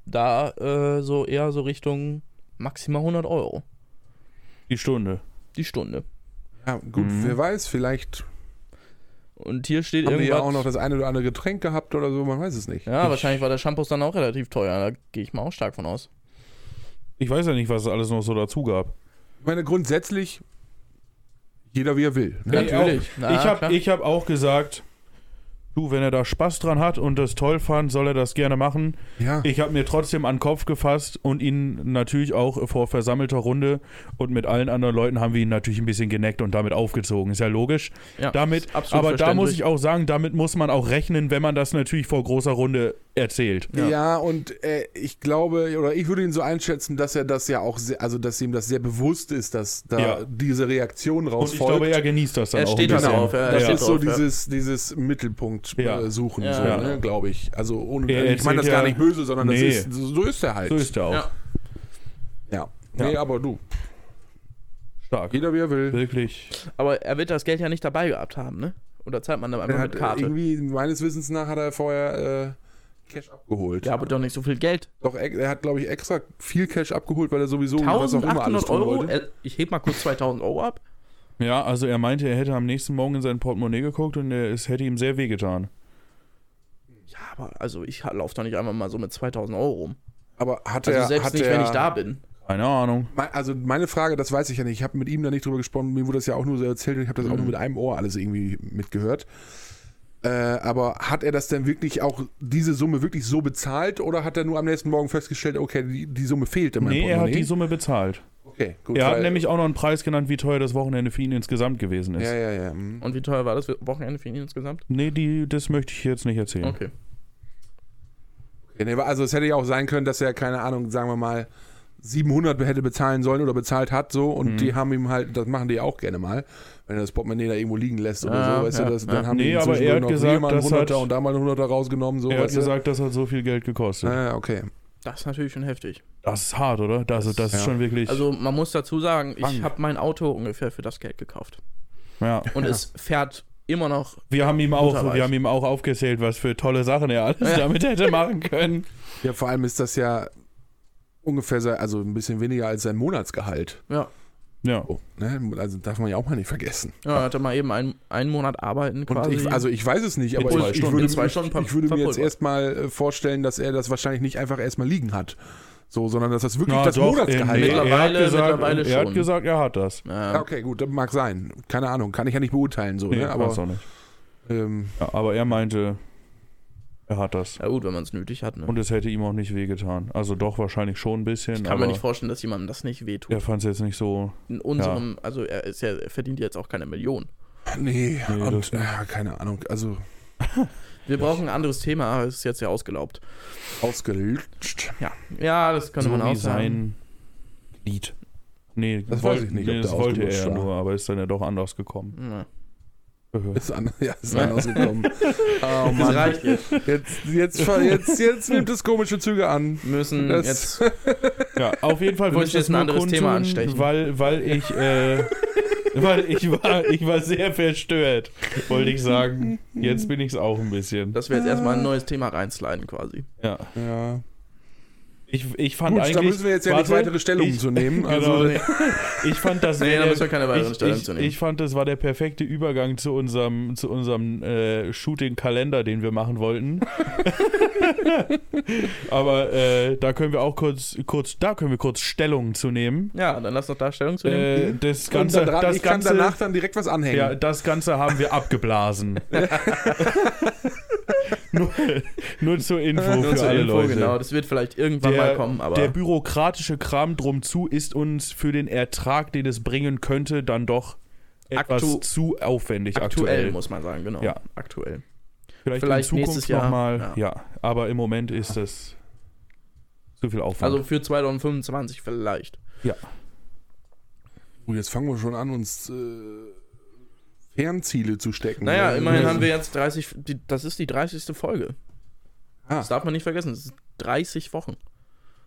B: da äh, so eher so Richtung maximal 100 Euro.
C: Die Stunde.
B: Die Stunde.
A: Ja, gut,
C: Mhm.
A: wer weiß, vielleicht
B: Und hier steht
A: haben wir ja
B: irgendwas.
A: auch noch das eine oder andere Getränk gehabt oder so, man weiß es nicht.
B: ja, wahrscheinlich war der Shampoo dann auch relativ teuer. Da gehe ich mal auch stark von aus.
C: Ich weiß ja nicht, was es alles noch so dazu gab.
A: Ich meine, grundsätzlich, jeder wie er will. Ne?
C: Ja,
B: Natürlich. Na,
C: ich habe
B: klar.
C: hab auch gesagt, du, wenn er da Spaß dran hat und das toll fand, soll er das gerne machen.
A: Ja.
C: Ich habe mir trotzdem an den Kopf gefasst und ihn natürlich auch vor versammelter Runde und mit allen anderen Leuten haben wir ihn natürlich ein bisschen geneckt und damit aufgezogen. Ist ja logisch.
B: Ja,
C: damit,
B: ist absolut
C: aber da muss
B: verständlich.
C: ich auch sagen, damit muss man auch rechnen, wenn man das natürlich vor großer Runde erzählt.
A: Ja, und äh, ich glaube, oder ich würde ihn so einschätzen, dass er das ja auch, sehr, also dass ihm das sehr bewusst ist, dass da
C: Ja.
A: diese Reaktion
C: Und ich
A: rausfolgt. Genau.
C: glaube, er genießt das dann
B: Er
C: auch
B: steht
C: ein
B: dann
C: bisschen.
B: auf, er
A: Das
B: Ja.
A: ist so
B: Drauf, ja.
A: dieses, dieses Mittelpunkt
C: Ja.
A: äh, suchen,
B: Ja,
A: so,
C: ja.
A: ne, glaube ich. Also ohne,
C: Er
A: ich meine das
C: erzählt
A: gar
C: ja-
A: nicht böse, sondern
C: Nee.
A: das ist, so ist er halt.
C: So ist er auch.
B: Ja.
A: ja.
C: Ja.
A: Nee, aber du,
C: Stark.
A: jeder wie er will.
C: Wirklich.
B: Aber er wird das Geld ja nicht dabei gehabt haben, ne? Oder zahlt man dann einfach
A: Er
B: mit
A: hat äh,
B: Karte?
A: irgendwie, meines Wissens nach, hat er vorher äh, Cash abgeholt.
B: Ja, aber doch nicht so viel Geld.
A: Doch, er er hat, glaube ich, extra viel Cash abgeholt, weil er sowieso Oh, was auch immer alles
B: 1800
A: tun
B: Euro?
A: wollte.
B: Äh, Ich heb mal kurz 2000 Euro ab.
C: Ja, also er meinte, er hätte am nächsten Morgen in sein Portemonnaie geguckt und äh, es hätte ihm sehr wehgetan.
B: Ja, aber also ich laufe doch nicht einfach mal so mit 2000 Euro rum.
A: Aber hat
B: Also
A: er.
B: selbst
A: hat
B: nicht,
A: er,
B: wenn ich da bin.
C: Keine Ahnung.
A: Me- Also meine Frage, das weiß ich ja nicht. Ich habe mit ihm da nicht drüber gesprochen. Mir wurde das ja auch nur so erzählt. und Ich habe das auch
B: Mhm.
A: nur mit einem Ohr alles irgendwie mitgehört. Äh, aber hat er das denn wirklich auch, diese Summe wirklich so bezahlt oder hat er nur am nächsten Morgen festgestellt, okay, die, die Summe fehlt in meinem
C: Nee, er hat
A: Portemonnaie?
C: die Summe bezahlt.
A: Okay, gut.
C: Er hat
A: weil-
C: nämlich auch noch einen Preis genannt, wie teuer das Wochenende für ihn insgesamt gewesen ist.
A: Ja, ja, ja. mhm.
B: Und wie teuer war das Wochenende für ihn insgesamt?
C: Nee, die, das möchte ich jetzt nicht erzählen.
B: Okay.
A: Okay, nee, Also es hätte ja auch sein können, dass er, keine Ahnung, sagen wir mal, 700 hätte bezahlen sollen oder bezahlt hat so und
C: Mhm.
A: die haben ihm halt, das machen die auch gerne mal, wenn er das Portemonnaie da irgendwo liegen lässt oder
B: Ja,
A: so, weißt
B: ja,
A: du, das,
B: ja.
A: dann haben
C: Nee,
A: die
C: aber er
A: zwischendurch
C: hat
A: noch
C: gesagt,
A: hier mal einen
C: das hat-
A: 100er und da mal einen 100er rausgenommen, so.
C: Er hat
A: weißt du?
C: gesagt, das hat so viel Geld gekostet.
A: Ah, okay.
B: Das ist natürlich schon heftig.
C: Das ist hart, oder? Das, das, ist
A: ja.
C: schon wirklich.
B: Also man muss dazu sagen, ich
C: Spannend.
B: habe mein Auto ungefähr für das Geld gekauft.
C: ja.
B: Und es fährt immer noch.
C: Wir haben ihm auch,
B: Unterweis.
C: wir haben ihm auch aufgezählt, was für tolle Sachen er alles
B: Ja.
C: damit hätte machen können.
A: Ja, vor allem ist das ja ungefähr, se- also ein bisschen weniger als sein Monatsgehalt.
B: Ja,
C: Ja.
A: Oh, ne? Also darf man ja auch mal nicht vergessen.
B: ja er hatte mal eben einen, einen Monat arbeiten
A: Und
B: quasi.
A: ich, also ich weiß es nicht, aber
C: zwei
A: ich, ich
C: Stunden.
A: würde,
B: In zwei
A: ich,
B: Stunden ver-
A: ich würde mir jetzt
B: verpulvert.
A: erstmal äh, vorstellen, dass er das wahrscheinlich nicht einfach erstmal liegen hat. So, sondern dass das wirklich
C: Na,
A: das
C: doch,
A: Monatsgehalt
C: äh, nee,
A: war.
C: er hat
B: Mittlerweile-
C: gesagt,
B: mittlerweile
C: er hat
B: schon.
C: gesagt, er hat das.
B: Ja.
A: Ja, okay, gut, das mag sein. Keine Ahnung, kann ich ja nicht beurteilen so,
C: Nee,
A: ne?
C: weiß
A: Aber
C: auch nicht.
A: ähm,
C: Ja, aber er meinte, er hat das.
B: ja gut, wenn man es nötig hat. Ne?
C: Und es hätte ihm auch nicht wehgetan. Also doch, wahrscheinlich schon ein bisschen.
B: Ich kann
C: aber
B: mir nicht vorstellen, dass jemandem das nicht wehtut.
C: er fand es jetzt nicht so.
B: In unserem, also er, ist ja, er verdient jetzt auch keine Million.
A: nee,
C: Nee,
A: und
C: das-
A: äh, keine Ahnung, also
B: Wir brauchen ein anderes Thema, aber es ist jetzt ja ausgelaubt.
A: ausgelutscht.
B: Ja, ja das könnte
C: so
B: man auch
C: wie
B: sagen.
C: sein Lied. Nee,
A: Das
C: woll-
A: weiß ich nicht, ob
C: nee,
A: der
C: das wollte er
A: ausgelutscht
C: ja
A: war.
C: nur, aber ist dann ja doch anders gekommen.
B: Ja.
A: Ist an, ja, ist
B: Ja.
A: anders gekommen. Oh
B: Das
A: Mann,
B: reicht jetzt.
A: jetzt, jetzt, ver- jetzt, jetzt nimmt es komische Züge an.
B: Wir müssen
A: Das-
B: jetzt
C: Ja, auf jeden Fall
B: Wir
C: wollte ich das
B: müssen jetzt ein
C: nur
B: anderes
C: kundtun,
B: Thema anstechen.
C: Weil, weil ich, äh, weil ich war, ich war sehr verstört, wollte ich sagen. Jetzt bin ich es auch ein bisschen.
B: dass wir jetzt erstmal ein neues Thema reinsliden quasi.
C: Ja.
A: Ja.
C: Ich, ich fand
A: Gut,
C: eigentlich.
A: da müssen wir jetzt ja nicht
C: warte,
A: weitere Stellungen
C: ich-
A: zu nehmen.
C: Genau,
A: Also,
C: nee. ich fand das
B: Nee,
C: wär
B: da
C: der-
B: müssen wir keine weiteren
C: ich,
B: Stellungen
C: ich,
B: zu nehmen.
C: Ich fand, das war der perfekte Übergang zu unserem, zu unserem äh, Shooting-Kalender, den wir machen wollten. Aber äh, da können wir auch kurz, kurz, da können wir kurz Stellung zu nehmen.
B: Ja, dann lass doch da Stellung zu nehmen.
C: Äh, das
A: und
C: Ganze,
A: dann-
C: das
A: ich kann
C: Ganze,
A: danach dann direkt was anhängen.
C: ja, das Ganze haben wir abgeblasen. nur, nur zur Info
B: Nur
C: für
B: zur
C: alle
B: Info,
C: Leute.
B: genau. Das wird vielleicht irgendwann
C: Der,
B: mal kommen, aber
C: der bürokratische Kram drum zu ist uns für den Ertrag, den es bringen könnte, dann doch etwas
B: Aktu-
C: zu aufwendig
B: aktuell,
C: aktuell.
B: muss man sagen, genau.
C: Ja.
B: Aktuell.
C: Vielleicht,
B: Vielleicht
C: in
B: nächstes
C: Zukunft
B: Jahr,
C: nochmal.
B: ja.
C: Ja. ja, aber im Moment ist das zu viel Aufwand.
B: Also für 2025 vielleicht.
A: Oh, jetzt fangen wir schon an, uns äh, Fernziele zu stecken. ne?
B: Naja,
A: Ja.
B: immerhin haben wir jetzt 30, die, das ist die 30. Folge.
A: Ah.
B: Das darf man nicht vergessen. Das ist 30 Wochen.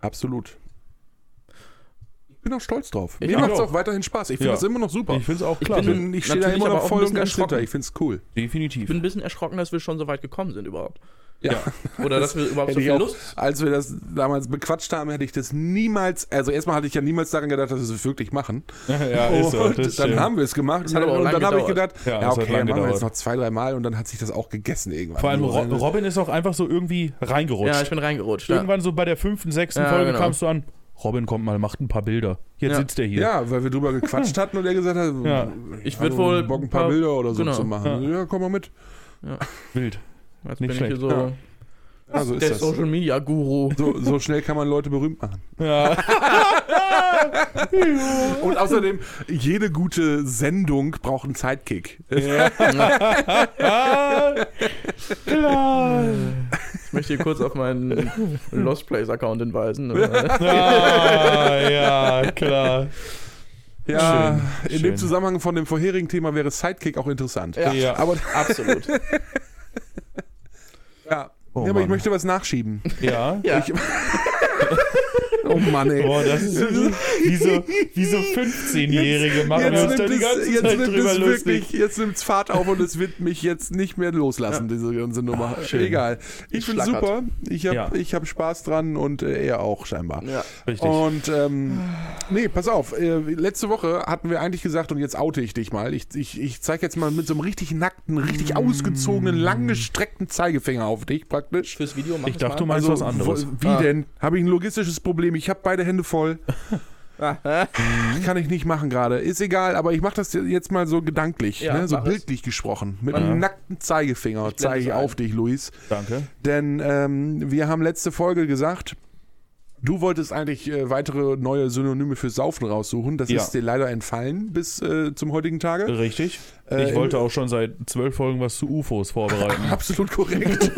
A: Absolut. Ich bin auch stolz drauf.
B: Ich
A: Mir
B: auch.
A: macht es auch weiterhin Spaß. Ich finde
C: Ja.
A: das immer noch super.
C: ich finde es auch
B: Ich
C: klar.
A: Ich, bin- ich stehe da
B: Natürlich
A: immer
B: aber
A: noch
B: auch ein
A: voll und
B: bisschen
A: ganz hinter.
B: erschrocken.
A: Ich finde es cool.
B: Ich bin
C: Definitiv.
B: ein bisschen erschrocken, dass wir schon so weit gekommen sind überhaupt. Ja. Oder dass wir überhaupt
A: Hätte
B: so
A: ich
B: viel
A: auch,
B: Lust.
A: als wir das damals bequatscht haben, hätte ich das niemals, also erstmal hatte ich ja niemals daran gedacht, dass wir es wirklich machen.
C: ja, ist so.
A: und
C: Das
A: dann
C: stimmt.
A: haben wir es gemacht und
B: hat
A: dann,
B: aber auch
A: und
B: lang
A: dann habe ich
B: gedauert.
A: gedacht,
C: Ja,
A: ja,
C: das hat
A: okay,
C: lang
A: dann machen wir
C: gedauert.
A: jetzt noch zwei, drei Mal und dann hat sich das auch gegessen irgendwann.
C: Vor allem
A: Also,
C: Ro- Robin ist auch einfach so irgendwie reingerutscht.
B: Ja, ich bin reingerutscht. Ja.
C: Irgendwann so bei der fünften, sechsten
B: Ja,
C: Folge
B: genau.
C: kamst du an, Robin kommt mal, macht ein paar Bilder. Jetzt
B: Ja.
C: sitzt er hier.
A: Ja, weil wir drüber gequatscht hatten und er gesagt hat,
C: Ja.
B: Ich würd wohl
A: Bock ein
B: ein
A: paar
B: paar-
A: Bilder oder so
B: genau.
A: zu machen. Ja, komm mal mit.
C: Wild.
B: Jetzt bin
C: Nicht
B: ich hier
C: schlecht.
B: so
A: Ja. Ja, so
B: der
A: Also ist das.
B: Social Media Guru.
A: So, so schnell kann man Leute berühmt machen.
C: Ja.
A: Und außerdem, jede gute Sendung braucht einen Sidekick.
C: Ah. Klar.
B: Ich möchte hier kurz auf meinen Lost Plays Account hinweisen. Äh,
C: Ah, ja, klar.
A: Ja, in
C: Schön, schön.
A: dem Zusammenhang von dem vorherigen Thema wäre Sidekick auch interessant.
B: Ja.
C: Ja.
A: Aber,
B: Absolut.
A: ja.
C: Oh,
A: ja, aber ich
C: Mann.
A: möchte was nachschieben.
C: Ja.
B: Ja.
A: Oh Mann, ey.
C: Boah, das ist wie so, wie so 15-Jährige machen wir uns da die ganze
A: jetzt
C: Zeit
A: nimmt
C: drüber
A: es
C: lustig.
A: wirklich, jetzt nimmt's Fahrt auf und es wird mich jetzt nicht mehr loslassen, diese ganze Nummer.
C: schön.
A: Egal. Ich
B: Es
A: bin
B: schlackert.
A: super. Ich habe
C: Ja.
A: ich hab Spaß dran und äh, er auch scheinbar.
B: ja.
C: Richtig.
A: Und ähm, nee, pass auf. Äh, letzte Woche hatten wir eigentlich gesagt, und jetzt oute ich dich mal. Ich, ich, ich zeige jetzt mal mit so einem richtig nackten, richtig
C: Mm.
A: ausgezogenen, langgestreckten Zeigefinger auf dich praktisch. Also,
B: Fürs Video machen
C: Ich dachte, du meinst was anderes. Ah.
A: wo- Wie denn? Habe ich ein logistisches Problem? Ich habe beide Hände voll.
B: Ah,
A: Kann ich nicht machen gerade. Ist egal, aber ich mache das jetzt mal so gedanklich,
B: Ja,
A: ne? so
B: mach es.
A: bildlich gesprochen. Mit einem nackten Zeigefinger
B: blende
A: zeige ich
B: es ein.
A: auf dich, Luis.
C: Danke.
A: Denn ähm, wir haben letzte Folge gesagt, du wolltest eigentlich äh, weitere neue Synonyme für Saufen raussuchen. Das
C: Ja.
A: ist dir leider entfallen bis äh, zum heutigen Tage.
C: Richtig.
A: Äh,
C: ich wollte auch schon seit zwölf Folgen was zu UFOs vorbereiten.
A: Absolut korrekt.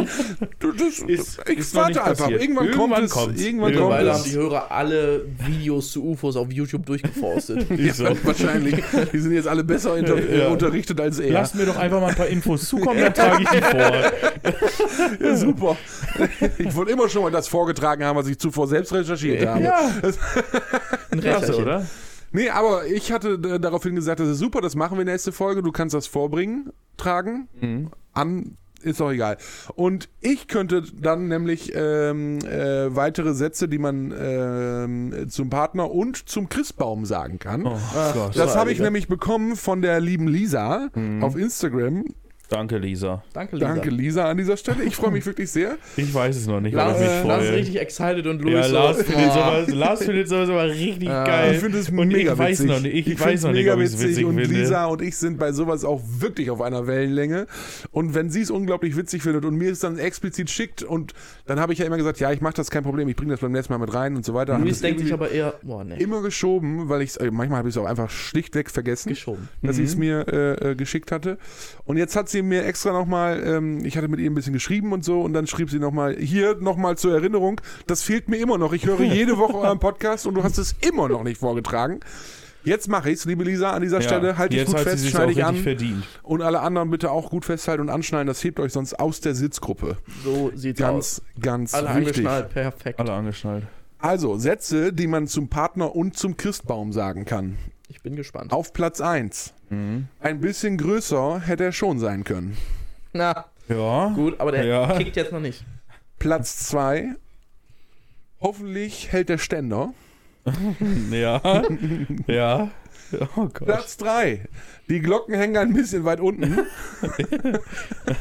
A: du, das,
C: Ist-
A: ich
C: ist noch nicht
A: warte einfach.
C: passiert.
A: Irgendwann,
C: Irgendwann
A: kommt es.
C: kommt's.
A: Irgendwann kommt
B: Mittlerweile haben
A: es.
B: die Hörer alle Videos zu UFOs auf YouTube durchgeforstet.
C: Ist so.
A: Wahrscheinlich. Die sind jetzt alle besser inter
C: Ja.
A: unterrichtet als er.
C: Lasst mir doch einfach mal ein paar Infos zukommen, dann trage ich die vor.
A: Ja, super. Ich wollte immer schon mal das vorgetragen haben, was ich zuvor selbst recherchiert habe.
B: Ein
C: Klasse,
B: Rätselchen.
C: oder?
A: Nee, aber ich hatte d- daraufhin gesagt, das ist super, das machen wir nächste Folge. Du kannst das vorbringen, tragen, an, ist doch egal. Und ich könnte dann nämlich ähm, äh, weitere Sätze, die man ähm, zum Partner und zum Christbaum sagen kann.
C: Oh Gott.
A: Das habe ich
B: Heiliger.
A: nämlich bekommen von der lieben Lisa auf Instagram.
C: Danke, Lisa.
B: Danke, Lisa.
A: Danke, Lisa, an dieser Stelle. Ich freue mich wirklich sehr.
C: Ich weiß es noch nicht,
B: Lars,
C: was ich mich
B: Lars ist
C: freue.
B: richtig excited und Louis
C: Ja,
B: so,
C: Lars findet,
B: "Boah."
C: sowas, Lars findet sowas aber richtig
B: Ja.
C: geil.
A: Äh, Ich finde es
C: und
A: mega
C: ich weiß
A: witzig.
C: noch nicht, ich, weiß
A: find's
C: noch nicht,
A: mega
C: ob ich es
A: witzig
C: witzig
A: und
C: finde.
A: Lisa und ich sind bei sowas auch wirklich auf einer Wellenlänge. Und wenn sie es unglaublich witzig findet und mir es dann explizit schickt und dann habe ich ja immer gesagt, ja, ich mache das kein Problem, ich bringe das beim nächsten Mal mit rein und so weiter. Hab
B: Louis
A: das
B: denkt sich
A: irgendwie
B: aber eher, boah, nee,
A: immer geschoben, weil ich manchmal habe ich es auch einfach schlichtweg vergessen
B: geschoben.
A: dass
C: Mhm.
A: ich es mir äh, äh, geschickt hatte. Und jetzt hat sie mir extra nochmal, ähm, ich hatte mit ihr ein bisschen geschrieben und so, und dann schrieb sie nochmal, hier nochmal zur Erinnerung, das fehlt mir immer noch. Ich höre jede Woche euren Podcast und du hast es immer noch nicht vorgetragen. Jetzt mache ich's, liebe Lisa, an dieser Stelle. Halt dich
C: Jetzt
A: gut
C: hat
A: fest,
C: sie sich auch
A: schneide dich
C: richtig
A: an.
C: verdient.
A: Und alle anderen bitte auch gut festhalten und anschneiden. Das hebt euch sonst aus der Sitzgruppe.
B: So sieht's aus.
A: Ganz, ganz
B: Alle
A: wichtig.
B: angeschnallt, perfekt.
C: Alle angeschnallt.
A: Also, Sätze, die man zum Partner und zum Christbaum sagen kann.
B: Ich bin gespannt.
A: Auf Platz 1. Ein bisschen größer hätte er schon sein können.
B: Na,
C: Ja.
B: gut, aber der
C: Ja.
B: kickt jetzt noch nicht.
A: Platz 2. Hoffentlich hält der Ständer.
C: Ja. ja. Oh Gott.
A: Platz 3. Die Glocken hängen ein bisschen weit unten.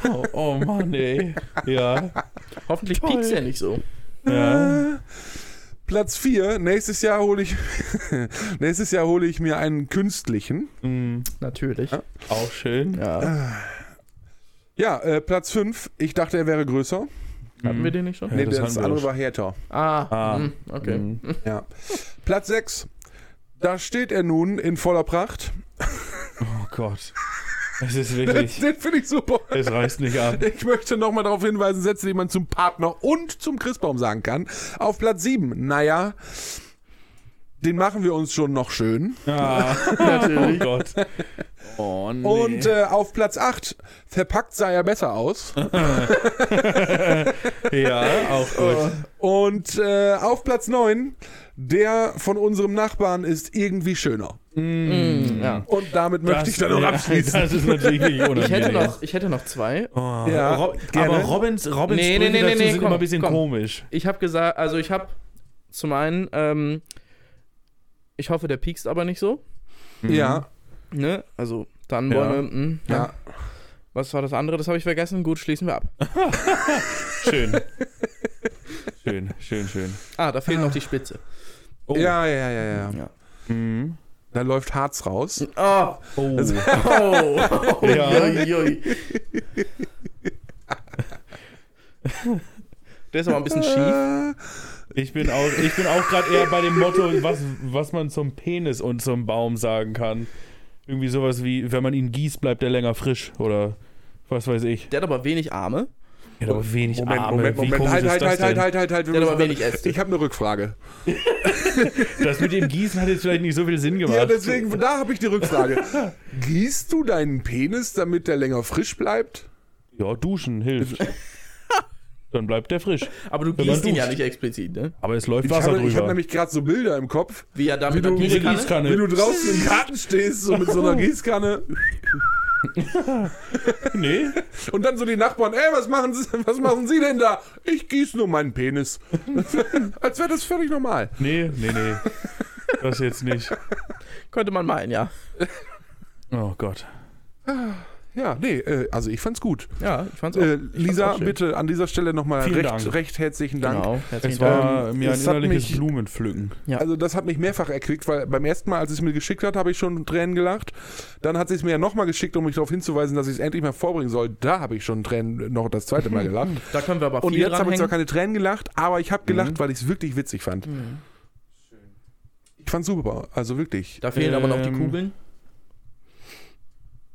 C: Oh, oh Mann, ey. Ja.
B: Hoffentlich
C: Toll.
B: piekt's ja nicht so.
C: ja.
A: Platz 4. Nächstes Jahr hole ich nächstes Jahr hole ich mir einen künstlichen.
C: Mhm.
B: Natürlich. Ja.
C: Auch schön.
A: Ja, äh, Platz 5. Ich dachte, er wäre größer.
B: Hatten wir den nicht schon?
C: Ja,
A: nee,
C: das
A: das,
C: haben wir
A: andere
C: schon.
A: war härter.
B: Ah,
C: Ah.
B: hm, okay.
C: Mhm.
A: Ja. Platz 6. Da steht er nun in voller Pracht.
C: Oh Gott. Es ist wirklich.
A: Den finde ich super.
C: es reißt nicht ab.
A: Ich möchte nochmal darauf hinweisen, Sätze, die man zum Partner und zum Christbaum sagen kann. Auf Platz 7, naja, den machen wir uns schon noch schön.
C: Ah, oh
B: Natürlich.
C: Gott. Oh, nee.
A: Und äh, auf Platz 8, verpackt sah er besser aus.
C: ja, auch
A: Oh,
C: gut.
A: Und äh, auf Platz 9, der von unserem Nachbarn ist irgendwie schöner.
B: Mm, ja.
A: Und damit möchte ich dann noch
C: ja,
A: abschließen.
C: Das ist natürlich nicht unangenehm.
B: Ich hätte noch, ich hätte noch zwei.
C: Oh,
A: Ja,
C: Rob,
A: gerne.
C: aber Robins, Robins
B: Nee, nee,
C: Sprüche
B: nee, nee,
C: dazu
B: nee,
C: sind
B: komm,
C: immer ein bisschen
B: komm.
C: komisch.
B: Ich habe gesagt, also ich habe zum einen, ähm, ich hoffe, der piekst aber nicht so.
A: Ja,
B: Ne? Also dann
C: Ja.
B: wollen wir. mm, ja.
A: ja.
B: Was war das andere? Das habe ich vergessen. Gut, schließen wir ab.
C: Schön. schön, schön, schön.
B: Ah, da fehlt noch die Spitze.
C: Oh.
A: Ja, ja, ja, ja, ja.
B: Ja.
C: Mhm.
A: Da läuft Harz raus.
B: Oh.
C: Oh.
A: also-
B: Oh.
C: Ja.
B: Der ist aber ein bisschen schief.
A: Äh,
C: Ich bin auch, ich bin auch gerade eher bei dem Motto, was, was man zum Penis und zum Baum sagen kann. Irgendwie sowas wie, wenn man ihn gießt, bleibt er länger frisch oder was weiß ich.
B: Der hat aber wenig Arme.
C: Ja, aber wenig
A: Moment,
C: Arme.
A: Moment,
C: Wie
A: Moment.
C: komisch
A: Halt,
C: ist
A: halt,
C: das
A: halt,
C: denn?
A: halt, halt, halt, halt. Wir
B: Der hat aber
A: müssen-
B: wenig Äste.
A: Ich habe eine Rückfrage.
C: Das mit dem Gießen hat jetzt vielleicht nicht so viel Sinn gemacht.
A: Ja, deswegen, da habe ich die Rückfrage. Gießt du deinen Penis, damit der länger frisch bleibt?
C: Ja, duschen hilft. Dann bleibt der frisch.
B: Aber du
C: Wenn man
B: gießt ihn ja
C: duscht.
B: nicht explizit, ne?
C: Aber es läuft
A: Ich
C: Wasser
A: habe ich hab
C: drüber.
A: nämlich gerade so Bilder im Kopf,
B: Wie er da mit
A: du-
B: der
A: wie
C: Diese
B: Gießkanne.
A: wie du
C: Gießkanne.
A: draußen im Garten stehst, so mit so einer Gießkanne
C: Nee,
A: und dann so die Nachbarn, ey, was machen Sie, was machen Sie denn da? Ich gieße nur meinen Penis. Als wäre das völlig normal.
C: nee, nee, nee. Das jetzt nicht.
B: Könnte man meinen, ja.
C: Oh Gott.
A: Ja, nee, äh, also ich fand's gut.
B: Ja, ich fand's auch.
A: Äh,
B: ich
A: Lisa,
B: fand's auch schön.
A: bitte an dieser Stelle nochmal
C: Vielen
A: recht,
C: Dank.
A: recht herzlichen Dank.
B: Genau, herzlichen
C: Es
B: Dank.
C: war mir ein
A: Ähm, es hat
C: innerliches
A: mich-
C: Blumenpflücken.
A: Also das hat mich mehrfach erquickt, weil beim ersten Mal, als es mir geschickt hat, habe ich schon Tränen gelacht. Dann hat sie es mir ja nochmal geschickt, um mich darauf hinzuweisen, dass ich es endlich mal vorbringen soll. Da habe ich schon Tränen noch das zweite Mal gelacht.
B: Da können wir aber
A: Und
B: viel
A: jetzt
B: dran
A: habe ich zwar
B: hängen.
A: keine Tränen gelacht, aber ich habe
C: Mhm.
A: gelacht, weil ich es wirklich witzig fand. Ich fand super, also wirklich.
B: Da fehlen aber noch die
C: Ähm,
B: Kugeln.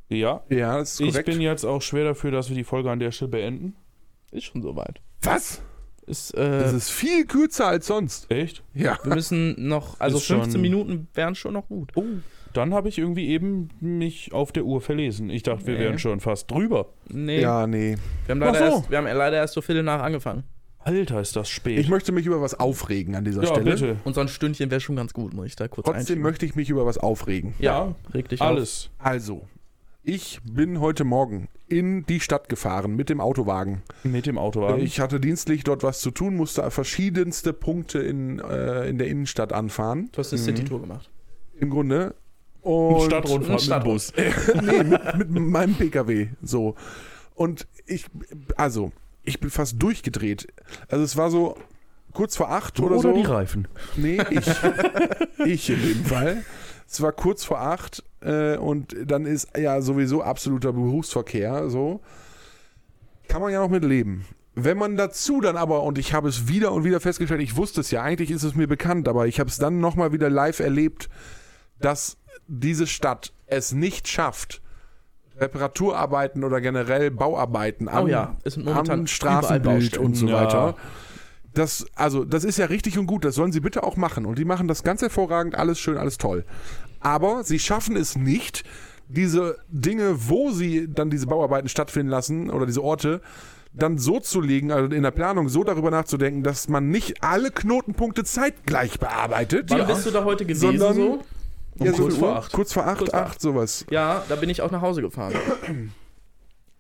C: Ja,
A: Ja, das ist
C: ich
A: korrekt.
C: bin jetzt auch schwer dafür, dass wir die Folge an der Stelle beenden.
B: Ist schon soweit.
A: Was?
B: Ist,
A: Das
B: äh,
A: ist viel kürzer als sonst.
C: Echt?
A: Ja.
B: wir müssen noch, also
C: Ist schon-
B: 15 Minuten wären schon noch gut.
C: Oh, dann habe ich irgendwie eben mich auf der Uhr verlesen. Ich dachte, wir
B: Nee.
C: wären schon fast drüber.
B: Nee,
A: Ja, nee.
B: wir, haben leider
C: Ach so.
B: erst, wir haben leider erst so viel nach angefangen.
C: Alter, ist das spät.
A: Ich möchte mich über was aufregen an dieser
C: ja,
A: Stelle.
C: bitte.
B: Und so ein Stündchen wäre schon ganz gut, muss ich da kurz
A: Trotzdem
B: einschieben.
A: möchte ich mich über was aufregen.
B: Ja,
C: Ja,
B: reg dich auf.
C: Alles.
A: Also, ich bin heute Morgen in die Stadt gefahren mit dem Autowagen.
C: Mit dem Autowagen.
A: Ich hatte dienstlich dort was zu tun, musste verschiedenste Punkte in, äh, in der Innenstadt anfahren.
B: Du hast eine City-Tour gemacht.
A: Im Grunde. Und
B: Ein
C: Stadtrundfahrt mit dem
B: Stadtrund-
C: Bus.
A: nee, mit, mit meinem PKW. So. Und ich, also, ich bin fast durchgedreht. Also, es war so kurz vor acht oder, so.
C: Reifen.
A: Nee, ich. ich in dem Fall. Es war kurz vor acht äh, und dann ist ja sowieso absoluter Berufsverkehr so. Kann man ja noch mit leben. Wenn man dazu dann aber, und ich habe es wieder und wieder festgestellt, ich wusste es ja, eigentlich ist es mir bekannt, aber ich habe es dann nochmal wieder live erlebt, dass diese Stadt es nicht schafft, Reparaturarbeiten oder generell Bauarbeiten an,
B: Oh ja, es sind momentan
A: am
B: überall
A: Straßenbild
B: Baustellen.
A: und so
C: Ja.
A: weiter das, also, das ist ja richtig und gut, das sollen sie bitte auch machen. Und die machen das ganz hervorragend, alles schön, alles toll. Aber sie schaffen es nicht, diese Dinge, wo sie dann diese Bauarbeiten stattfinden lassen oder diese Orte, dann so zu legen, also in der Planung so darüber nachzudenken, dass man nicht alle Knotenpunkte zeitgleich bearbeitet.
B: Wann bist du da heute gewesen?
A: Sondern-
B: so? Um
A: Ja, so
C: um kurz
A: viel
C: vor
A: Uhr?
C: acht.
A: Kurz vor acht,
B: Kurz vor
A: acht, sowas.
B: Ja, da bin ich auch nach Hause gefahren.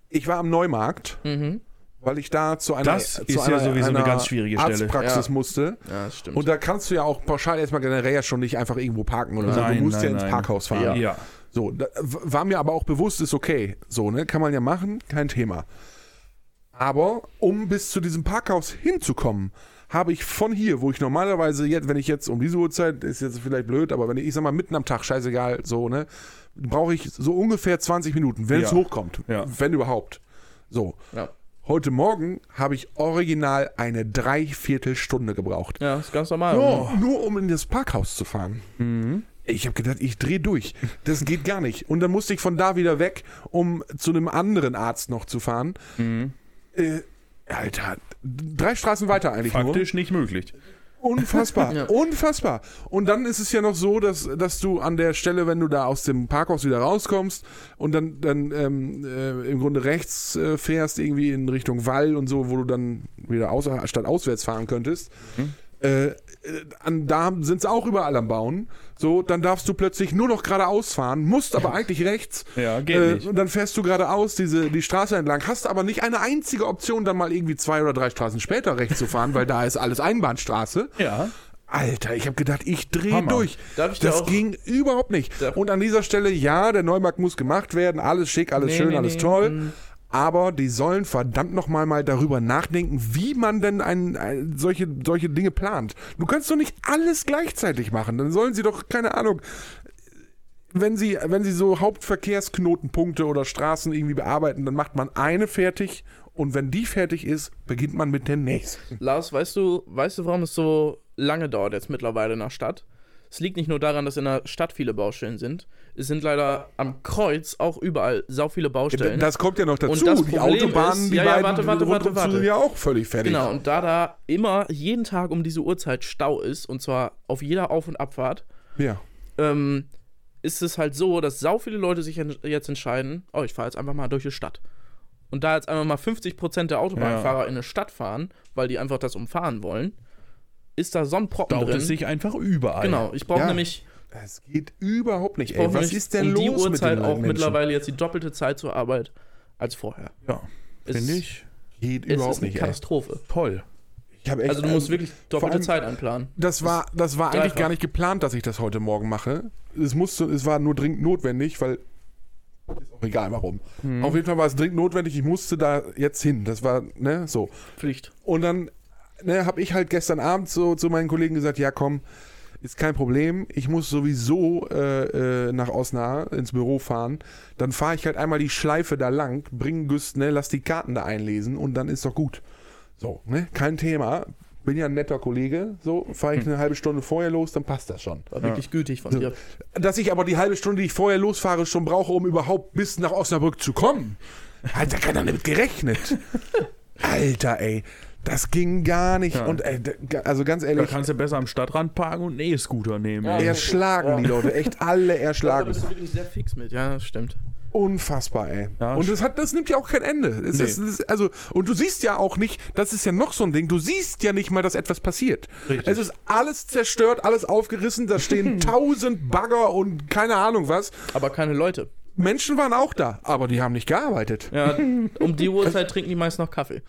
A: Ich war am Neumarkt,
B: Mhm.
A: weil ich da zu einer,
C: Das
A: zu
C: ist ja
A: einer,
C: sowieso eine
A: einer
C: ganz schwierige Stelle.
A: Arztpraxis
B: Ja.
A: musste.
B: Ja, das stimmt.
A: Und da kannst du ja auch pauschal erstmal generell ja schon nicht einfach irgendwo parken oder so. Also Du
C: Nein,
A: musst
C: nein,
A: ja ins
C: nein.
A: Parkhaus fahren.
B: Ja.
C: Ja.
A: So, da, w- war mir aber auch bewusst, ist okay. So, ne? Kann man ja machen, kein Thema. Aber um bis zu diesem Parkhaus hinzukommen, habe ich von hier, wo ich normalerweise jetzt, wenn ich jetzt um diese Uhrzeit, ist jetzt vielleicht blöd, aber wenn ich, ich sag mal, mitten am Tag, scheißegal, so, ne, brauche ich so ungefähr 20 Minuten, wenn
C: Ja.
A: es hochkommt.
C: Ja.
A: Wenn überhaupt. So.
B: ja.
A: Heute Morgen habe ich original eine Dreiviertelstunde gebraucht.
B: ja, ist ganz normal.
A: Nur, nur um in das Parkhaus zu fahren. Ich habe gedacht, ich drehe durch. Das geht gar nicht. Und dann musste ich von da wieder weg, um zu einem anderen Arzt noch zu fahren. Äh, Alter, drei Straßen weiter eigentlich
C: Faktisch nicht möglich.
A: nur. Unfassbar,
B: Ja.
A: unfassbar. Und dann ist es ja noch so, dass, dass du an der Stelle, wenn du da aus dem Parkhaus wieder rauskommst und dann, dann ähm, äh, im Grunde rechts äh, fährst, irgendwie in Richtung Wall und so, wo du dann wieder außer, statt auswärts fahren könntest,
C: Mhm.
A: äh, äh, an, da sind sie auch überall am Bauen. So, dann darfst du plötzlich nur noch geradeaus fahren, musst aber eigentlich rechts. Äh,
C: Ja, geht nicht.
A: Und dann fährst du geradeaus diese, die Straße entlang, hast aber nicht eine einzige Option, dann mal irgendwie zwei oder drei Straßen später rechts zu fahren, weil da ist alles Einbahnstraße.
C: Ja.
A: Alter, ich habe gedacht, ich drehe
C: Hammer.
A: durch.
B: Darf ich da
A: das
B: auch-
A: ging überhaupt nicht.
B: Darf-
A: Und an dieser Stelle, ja, der Neumarkt muss gemacht werden, alles schick, alles
B: Nee,
A: schön,
B: nee,
A: alles
B: nee,
A: toll.
B: mm.
A: Aber die sollen verdammt nochmal mal darüber nachdenken, wie man denn ein, ein, solche, solche Dinge plant. Du kannst doch nicht alles gleichzeitig machen. Dann sollen sie doch, keine Ahnung, wenn sie, wenn sie so Hauptverkehrsknotenpunkte oder Straßen irgendwie bearbeiten, dann macht man eine fertig und wenn die fertig ist, beginnt man mit der nächsten.
B: Lars, weißt du, weißt du, warum es so lange dauert jetzt mittlerweile in der Stadt? Es liegt nicht nur daran, dass in der Stadt viele Baustellen sind. Es sind leider am Kreuz auch überall sau viele Baustellen.
A: Das kommt ja noch dazu.
B: das
A: die
B: Problem
A: Autobahnen,
B: ist-
A: die
B: ja, ja,
A: beiden
B: warte, warte,
A: rundum
B: warte,
A: zu sind
B: warte.
A: ja auch völlig fertig.
B: Genau, und da da immer jeden Tag um diese Uhrzeit Stau ist, und zwar auf jeder Auf- und Abfahrt,
A: Ja.
B: ähm, ist es halt so, dass sau viele Leute sich en- jetzt entscheiden, oh, ich fahre jetzt einfach mal durch die Stadt. Und da jetzt einfach mal 50% der Autobahnfahrer in eine Stadt fahren, weil die einfach das umfahren wollen, ist da so ein Proppen
C: Dauert
B: drin.
C: es sich einfach überall.
B: genau, ich brauche
A: Ja.
B: nämlich
A: Es geht überhaupt nicht.
B: Ey,
A: Ey, was ist denn
B: um die
A: los mit
B: Uhrzeit
A: den
B: auch
A: Menschen?
B: mittlerweile jetzt die doppelte Zeit zur Arbeit als vorher.
C: Ja.
B: Es-
C: Finde ich
A: Geht
B: Es
A: überhaupt
B: ist eine
A: nicht. ey.
B: Katastrophe.
C: toll.
A: Ich hab echt,
B: Also du musst
A: ähm,
B: wirklich
A: vor
B: doppelte
A: allem-
B: Zeit einplanen.
A: Das war, das war eigentlich
B: dreifach.
A: gar nicht geplant, dass ich das heute Morgen mache. Es musste, es war nur dringend notwendig, weil ist auch egal warum.
B: Hm.
A: Auf jeden Fall war es dringend notwendig. Ich musste da jetzt hin. Das war ne so.
B: Pflicht.
A: Und dann ne, habe ich halt gestern Abend so zu meinen Kollegen gesagt, ja komm, ist kein Problem, ich muss sowieso äh, äh, nach Osnabrück ins Büro fahren. Dann fahre ich halt einmal die Schleife da lang, bring Güst, ne, lass die Karten da einlesen und dann ist doch gut. So, ne, kein Thema. Bin ja ein netter Kollege, so fahre ich eine halbe Stunde vorher los, dann passt das schon.
B: War wirklich gütig von dir.
A: Dass ich aber die halbe Stunde, die ich vorher losfahre, schon brauche, um überhaupt bis nach Osnabrück zu kommen. Hat da keiner damit gerechnet. Alter, ey. Das ging gar nicht. Und ey, da- also ganz
C: Da
A: ehrlich,
C: kannst du besser am Stadtrand parken und einen E-Scooter nehmen.
B: Ja.
C: ey.
A: erschlagen die Leute. Echt alle
B: Da
A: erschlagen.
B: bist du wirklich sehr fix mit. Ja, das stimmt.
A: Unfassbar, ey.
C: Ja,
A: und das, hat, das nimmt ja auch kein Ende. Es,
C: Nee.
A: ist- es, ist- also, und du siehst ja auch nicht, das ist ja noch so ein Ding, du siehst ja nicht mal, dass etwas passiert.
C: Richtig.
A: Es ist alles zerstört, alles aufgerissen, da stehen tausend Bagger und keine Ahnung was.
B: Aber keine Leute.
A: Menschen waren auch da, aber die haben nicht gearbeitet.
B: Ja, um die Uhrzeit trinken die meist noch Kaffee.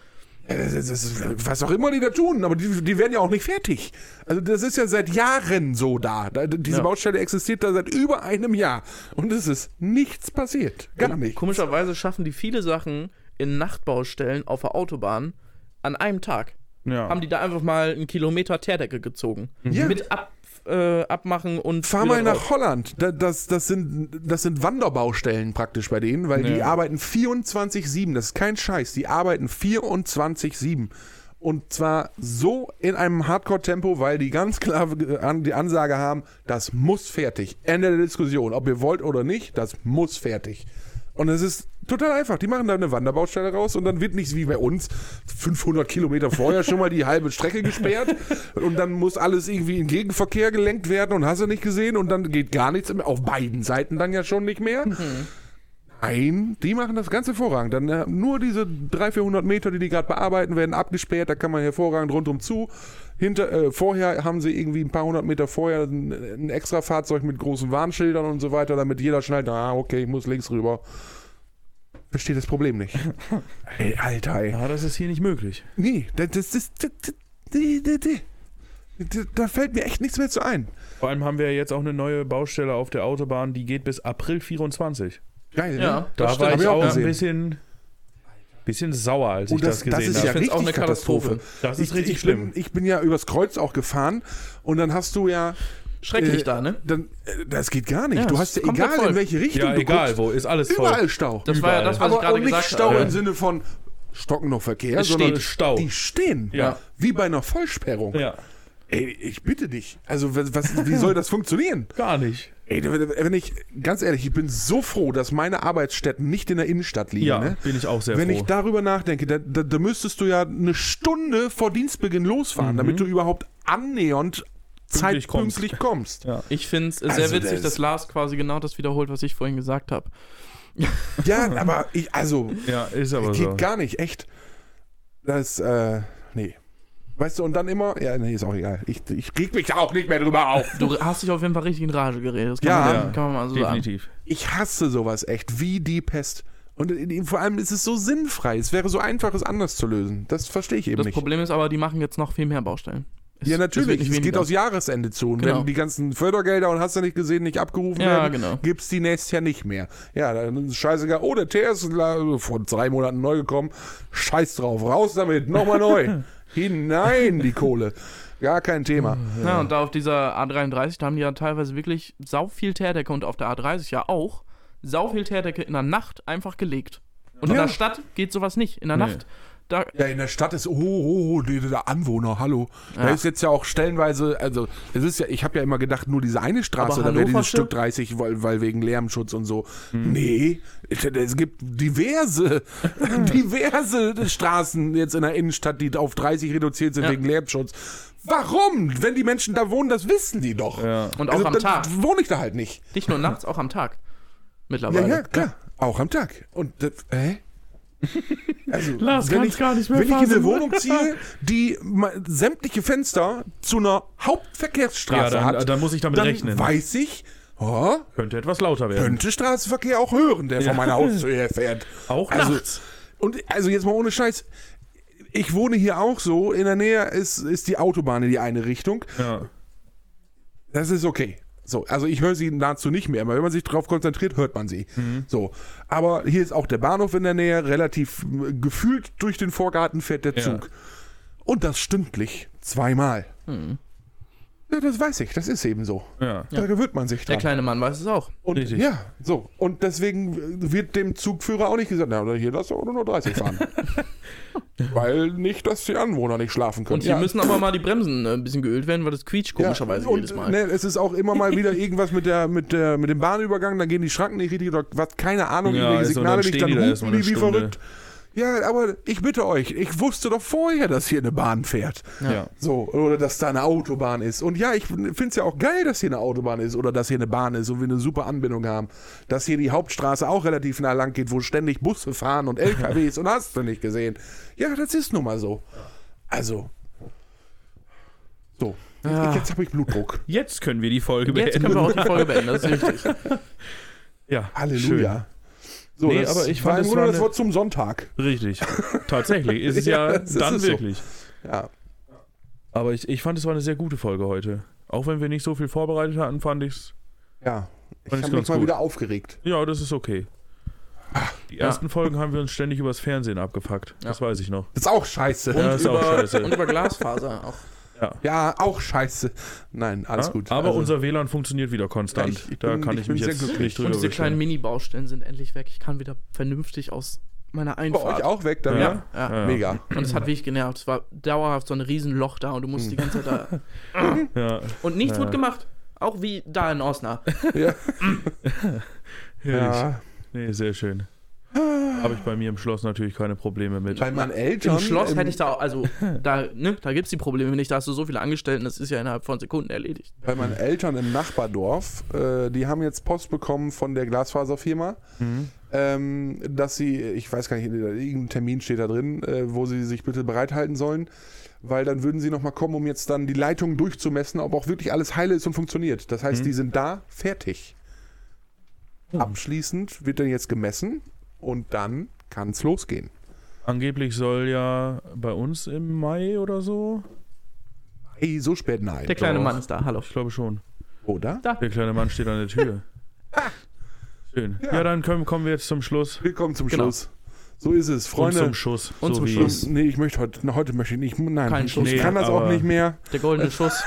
A: Ja, Äh, das ist- das ist- Was auch immer die da tun, aber die, die werden ja auch nicht fertig. Also das ist ja seit Jahren so da. da diese
B: Ja.
A: Baustelle existiert da seit über einem Jahr. Und es ist nichts passiert. Gar nicht.
B: Komischerweise schaffen die viele Sachen in Nachtbaustellen auf der Autobahn an einem Tag.
C: Ja.
B: Haben die da einfach mal einen Kilometer Teerdecke gezogen.
A: Ja.
B: Mit ab, äh, Abmachen und.
A: Fahr
B: wieder
A: mal
B: drauf.
A: nach Holland. Da- Das, das, sind, das sind Wanderbaustellen praktisch bei denen, weil die
C: Ja.
A: arbeiten 24-7. Das ist kein Scheiß. Die arbeiten 24-7. Und zwar so in einem Hardcore-Tempo, weil die ganz klar ge- an- die Ansage haben, das muss fertig. Ende der Diskussion. Ob ihr wollt oder nicht, das muss fertig. Und es ist total einfach. Die machen da eine Wanderbaustelle raus und dann wird nicht wie bei uns 500 Kilometer vorher schon mal die halbe Strecke gesperrt und dann muss alles irgendwie in Gegenverkehr gelenkt werden und hast du nicht gesehen und dann geht gar nichts mehr. Auf beiden Seiten dann ja schon nicht mehr. Nein, die machen das ganz hervorragend. Dann äh, nur diese 300, 400 Meter, die die gerade bearbeiten, werden abgesperrt. Da kann man hervorragend rundum zu. Hinter, äh, vorher haben sie irgendwie ein paar hundert Meter vorher ein, ein extra Fahrzeug mit großen Warnschildern und so weiter, damit jeder schnallt, ah, okay, ich muss links rüber. Verstehe das Problem nicht. ey, Alter, ey.
C: ja, das ist hier nicht möglich.
A: Nee, das, das, das, das, das, das, das, das, da fällt mir echt nichts mehr zu ein.
C: Vor allem haben wir jetzt auch eine neue Baustelle auf der Autobahn, die geht bis April 24.
A: Geil,
B: Ja,
A: ne?
C: Da
B: das
C: war
A: Hab
B: stimmt.
C: ich
A: ich auch
C: auch ein
A: gesehen.
C: bisschen, bisschen sauer, als
A: Oh,
C: ich das,
A: das, das
C: gesehen
A: ist ja
C: habe.
B: find's
A: richtig
B: auch eine Katastrophe.
A: Katastrophe.
C: das ist
A: Ich-
C: richtig
A: ich
C: schlimm.
A: Bin, ich bin ja übers Kreuz auch gefahren und dann hast du ja.
B: Schrecklich
A: äh,
B: da, ne?
A: Dann, äh, das geht gar nicht.
B: Ja,
A: du
B: es
A: hast ja
B: ist komplett
A: egal,
B: voll.
A: in welche Richtung
C: Ja,
A: du
C: egal
A: guckst,
C: wo, ist alles voll.
A: Überall Stau.
B: Das war ja
C: überall.
B: das, was ich
A: aber um auch
B: gerade
A: nicht
B: gesagt
A: Stau
B: habe.
A: im Sinne von stockender Verkehr,
B: Es
A: sondern
B: steht
C: Stau.
A: die stehen.
C: Ja.
A: Wie bei einer Vollsperrung.
C: Ja,
A: Ey, ich bitte dich. Also, was, was, wie soll das funktionieren?
C: gar nicht.
A: Ey, wenn ich, ganz ehrlich, ich bin so froh, dass meine Arbeitsstätten nicht in der Innenstadt liegen.
C: Ja,
A: ne?
C: bin ich auch sehr
A: Wenn
C: froh.
A: ich darüber nachdenke, da, da, da müsstest du ja eine Stunde vor Dienstbeginn losfahren, damit du überhaupt annähernd
C: Pünktlich kommst.
A: zeitpünktlich kommst.
C: Ja.
B: Ich finde es sehr
A: Also,
B: witzig,
A: das-
B: dass Lars quasi genau das wiederholt, was ich vorhin gesagt habe.
A: Ja, aber ich, also,
C: ja, ist aber
A: geht
C: so.
A: gar nicht, echt. Das, äh, nee. Weißt du, und dann immer, ja, nee, ist auch egal. Ich, ich reg mich da auch nicht mehr drüber auf.
B: Du hast dich auf jeden Fall richtig in Rage geredet. Das kann,
A: Ja.
B: man,
C: Ja.
B: kann man mal so sagen.
C: Definitiv.
A: Ich hasse sowas echt, wie die Pest. Und äh, vor allem ist es so sinnfrei. Es wäre so einfach, es anders zu lösen. Das verstehe ich eben
B: Das
A: nicht.
B: Problem ist aber, die machen jetzt noch viel mehr Baustellen. Es-
A: ja,
B: wird
A: natürlich.
B: nicht
A: Es geht
B: weniger.
A: aufs Jahresende zu. Und
B: Genau.
A: wenn die ganzen Fördergelder und hast du nicht gesehen, nicht abgerufen
B: Ja,
A: werden,
B: genau.
A: gibt's die nächstes Jahr nicht mehr. Ja, dann ist es scheißegal. Oh, der TR ist la- vor drei Monaten neu gekommen. Scheiß drauf. Raus damit. Nochmal neu. Hinein, die Kohle. Gar kein Thema.
B: Ja, und da auf dieser A33, da haben die ja teilweise wirklich sau viel Teerdecke und auf der A30 ja auch sau viel Teerdecke in der Nacht einfach gelegt. Und in
A: Ja.
B: der Stadt geht sowas nicht. In der
C: Nee.
B: Nacht, da
A: Ja, in der Stadt ist, oh, oh, oh die- der Anwohner, hallo. Da
B: Ja.
A: ist jetzt ja auch stellenweise, also, es ist ja, ich habe ja immer gedacht, nur diese eine Straße,
B: Aber
A: da wäre dieses
B: Hannoversche?
A: Stück 30, weil, weil wegen Lärmschutz und so.
B: Hm.
A: Nee, es- es gibt diverse, diverse Straßen jetzt in der Innenstadt, die auf 30 reduziert sind
B: Ja.
A: wegen Lärmschutz. Warum? Wenn die Menschen da wohnen, das wissen die doch.
C: Ja.
B: und auch
A: Also,
B: am
A: dann
B: Tag.
A: wohne ich da halt nicht.
B: Nicht nur nachts, auch am Tag.
A: Ja,
B: Mittlerweile.
A: ja, klar. Auch am Tag. Und das, hä? Also,
C: Lars
A: wenn
C: kann's
A: ich,
C: gar nicht mehr
A: wenn ich in eine
C: fassen.
A: Wohnung ziehe, die ma- sämtliche Fenster zu einer Hauptverkehrsstraße
C: Ja, dann-
A: hat,
C: dann muss ich damit rechnen.
A: weiß ich, oh,
C: Könnte etwas lauter werden.
A: könnte Straßenverkehr auch hören, der von meiner Haustür fährt.
C: Auch
A: Also-
C: nachts.
A: Und also jetzt mal ohne Scheiß. Ich wohne hier auch so, in der Nähe ist, ist die Autobahn in die eine Richtung.
C: Ja.
A: Das ist okay. So, also ich höre sie nahezu nicht mehr, aber wenn man sich drauf konzentriert, hört man sie.
C: Mhm.
A: So, aber hier ist auch der Bahnhof in der Nähe, relativ äh, gefühlt durch den Vorgarten fährt der
C: Ja.
A: Zug. Und das stündlich zweimal. Ja, das weiß ich, das ist eben so.
C: Mhm. ja.
A: Da gewöhnt man sich
B: Der
A: dran.
B: kleine Mann weiß es auch.
A: Und,
C: Richtig.
A: ja, so. Und deswegen äh, wird dem Zugführer auch nicht gesagt, na, hier lass doch nur 30 fahren. Weil nicht, dass die Anwohner nicht schlafen können.
B: Und hier
A: Ja.
B: müssen aber mal die Bremsen äh, ein bisschen geölt werden, weil das quietscht komischerweise
A: Ja, und,
B: jedes Mal.
A: Ne, es ist auch immer mal wieder irgendwas mit, der, mit, der, mit dem Bahnübergang, dann gehen die Schranken nicht richtig oder was, keine Ahnung,
C: Ja,
A: irgendwelche
C: ist- und
A: Signale
C: dann
A: nicht,
C: stehen
A: dann
C: die da
A: hupen
C: erstmal eine
A: die wie
C: Stunde.
A: verrückt. Ja, aber ich bitte euch, ich wusste doch vorher, dass hier eine Bahn fährt.
C: Ja.
A: So, oder dass da eine Autobahn ist. Und ja, ich finde es ja auch geil, dass hier eine Autobahn ist oder dass hier eine Bahn ist und wir eine super Anbindung haben. Dass hier die Hauptstraße auch relativ nah lang geht, wo ständig Busse fahren und LKWs und hast du nicht gesehen. Ja, das ist nun mal so. Also. So.
B: Ja.
C: Ah.
A: Ich, jetzt habe ich Blutdruck.
C: Jetzt können wir die Folge
B: Jetzt können
C: beenden.
B: wir auch die Folge beenden, das ist richtig.
C: Ja,
A: Halleluja. So,
C: Nee,
A: das
C: aber ich
A: war
C: fand,
A: im
C: es
A: Grunde
C: war
A: das
C: eine-
A: Wort zum Sonntag.
C: schön. Richtig. Tatsächlich. Ist es ja,
A: Ja, das ist
C: dann
A: es so.
C: wirklich.
A: Ja.
C: Aber ich, ich fand, es war eine sehr gute Folge heute. Auch wenn wir nicht so viel vorbereitet hatten, fand ich's.
A: Ja. Ich
C: Fand
A: habe
C: ich
A: mich
C: ganz
A: mal
C: gut.
A: wieder aufgeregt.
C: Ja, das ist okay. Die
B: Ja.
C: ersten Folgen haben wir uns ständig übers Fernsehen abgefuckt. Das weiß ich noch.
A: Das ist auch scheiße.
C: Ja, ist auch scheiße.
B: Und über Glasfaser auch.
A: Ja, auch scheiße. Nein, alles
C: Ja?
A: gut.
C: Aber
A: Also,
C: unser WLAN funktioniert wieder konstant.
A: Ja, ich- ich
C: da
A: bin-
C: kann ich,
A: ich bin
C: mich
A: sehr
C: jetzt
A: glücklich.
C: nicht drüber
B: Und diese kleinen
C: beschweren.
B: Mini-Baustellen sind endlich weg. Ich kann wieder vernünftig aus meiner
A: bei
B: Einfahrt.
A: euch auch weg dann,
C: Ja.
A: ja?
B: Ja.
C: Ja, ja.
A: Mega.
B: Und es hat wirklich genervt. Es war dauerhaft so ein Riesenloch da und du musst die ganze Zeit da.
C: Ja.
B: Und nichts
C: Ja.
B: wird gemacht. Auch wie da in Osnabrück.
C: Herrlich.
A: Ja.
C: Nee, sehr schön. Habe ich bei mir im Schloss natürlich keine Probleme mit.
A: Bei meinen
B: Im
A: Eltern.
B: Schloss
A: ähm,
B: hätte ich da, auch- also da, ne, da gibt es die Probleme nicht. Da hast du so viele Angestellten, das ist ja innerhalb von Sekunden erledigt.
A: bei meinen Eltern im Nachbardorf, äh, die haben jetzt Post bekommen von der Glasfaserfirma,
B: Mhm.
A: ähm, dass sie, ich weiß gar nicht, irgendein Termin steht da drin, äh, wo sie sich bitte bereithalten sollen, weil dann würden sie nochmal kommen, um jetzt dann die Leitung durchzumessen, ob auch wirklich alles heile ist und funktioniert. Das
B: Mhm.
A: heißt, die sind da fertig.
B: Oh.
A: Abschließend wird dann jetzt gemessen und dann kann es losgehen.
C: Angeblich soll ja bei uns im Mai oder so.
A: Ey, so spät nein,
B: Der kleine
C: doch.
B: Mann ist da, hallo.
C: Ich glaube schon.
A: oder?
C: Der kleine Mann steht an der Tür. Schön. Ja, dann können, kommen wir jetzt zum Schluss.
A: Willkommen zum
B: Genau.
A: Schluss. So ist es, Freunde. ähm,
C: und zum Schuss.
B: Und
C: so
B: zum
C: wie
B: Schluss.
C: es-
A: Nee, ich möchte heute, na, heute möchte ich nicht, nein,
B: Kein
A: ich,
B: Schuss
A: ich kann
C: mehr.
A: das auch
C: Aber-
A: nicht mehr.
B: Der goldene Schuss.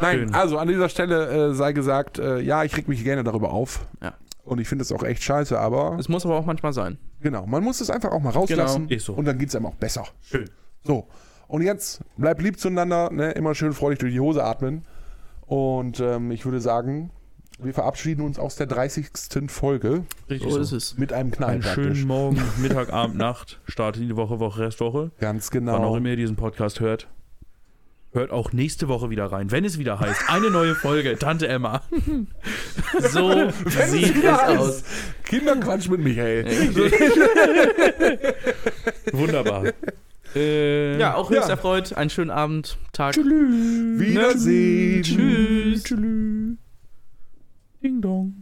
A: Nein,
C: Schön.
A: also an dieser Stelle äh, sei gesagt, äh, ja, ich reg mich gerne darüber auf.
B: Ja.
A: Und ich finde es auch echt scheiße, aber
B: Es muss aber auch manchmal sein.
A: genau, man muss es einfach auch mal rauslassen
C: Genau. Ist so.
A: und dann geht es einem auch besser.
C: Schön.
A: So, und jetzt bleibt lieb zueinander, ne? immer schön freudig durch die Hose atmen. Und ähm, ich würde sagen, wir verabschieden uns aus der 30. Folge
C: Richtig
B: So ist es.
A: mit einem Knall
C: Einen schönen
A: praktisch.
C: Morgen, Mittag, Abend, Nacht. Startet die Woche, Woche, Restwoche.
A: Ganz
C: Wann auch
A: genau.
C: immer ihr diesen Podcast hört. Hört auch nächste Woche wieder rein, wenn es wieder heißt, eine neue Folge, Tante Emma.
B: So
A: Wenn
B: sieht es
A: wieder
B: aus.
A: heißt, Kinderquatsch mit Michael.
C: Wunderbar. Äh,
B: Ja, auch höchst
A: Ja.
B: erfreut. Einen schönen Abend, Tag.
C: Tschüss.
A: Wiedersehen.
B: Tschüss.
C: Tschüss. Ding dong.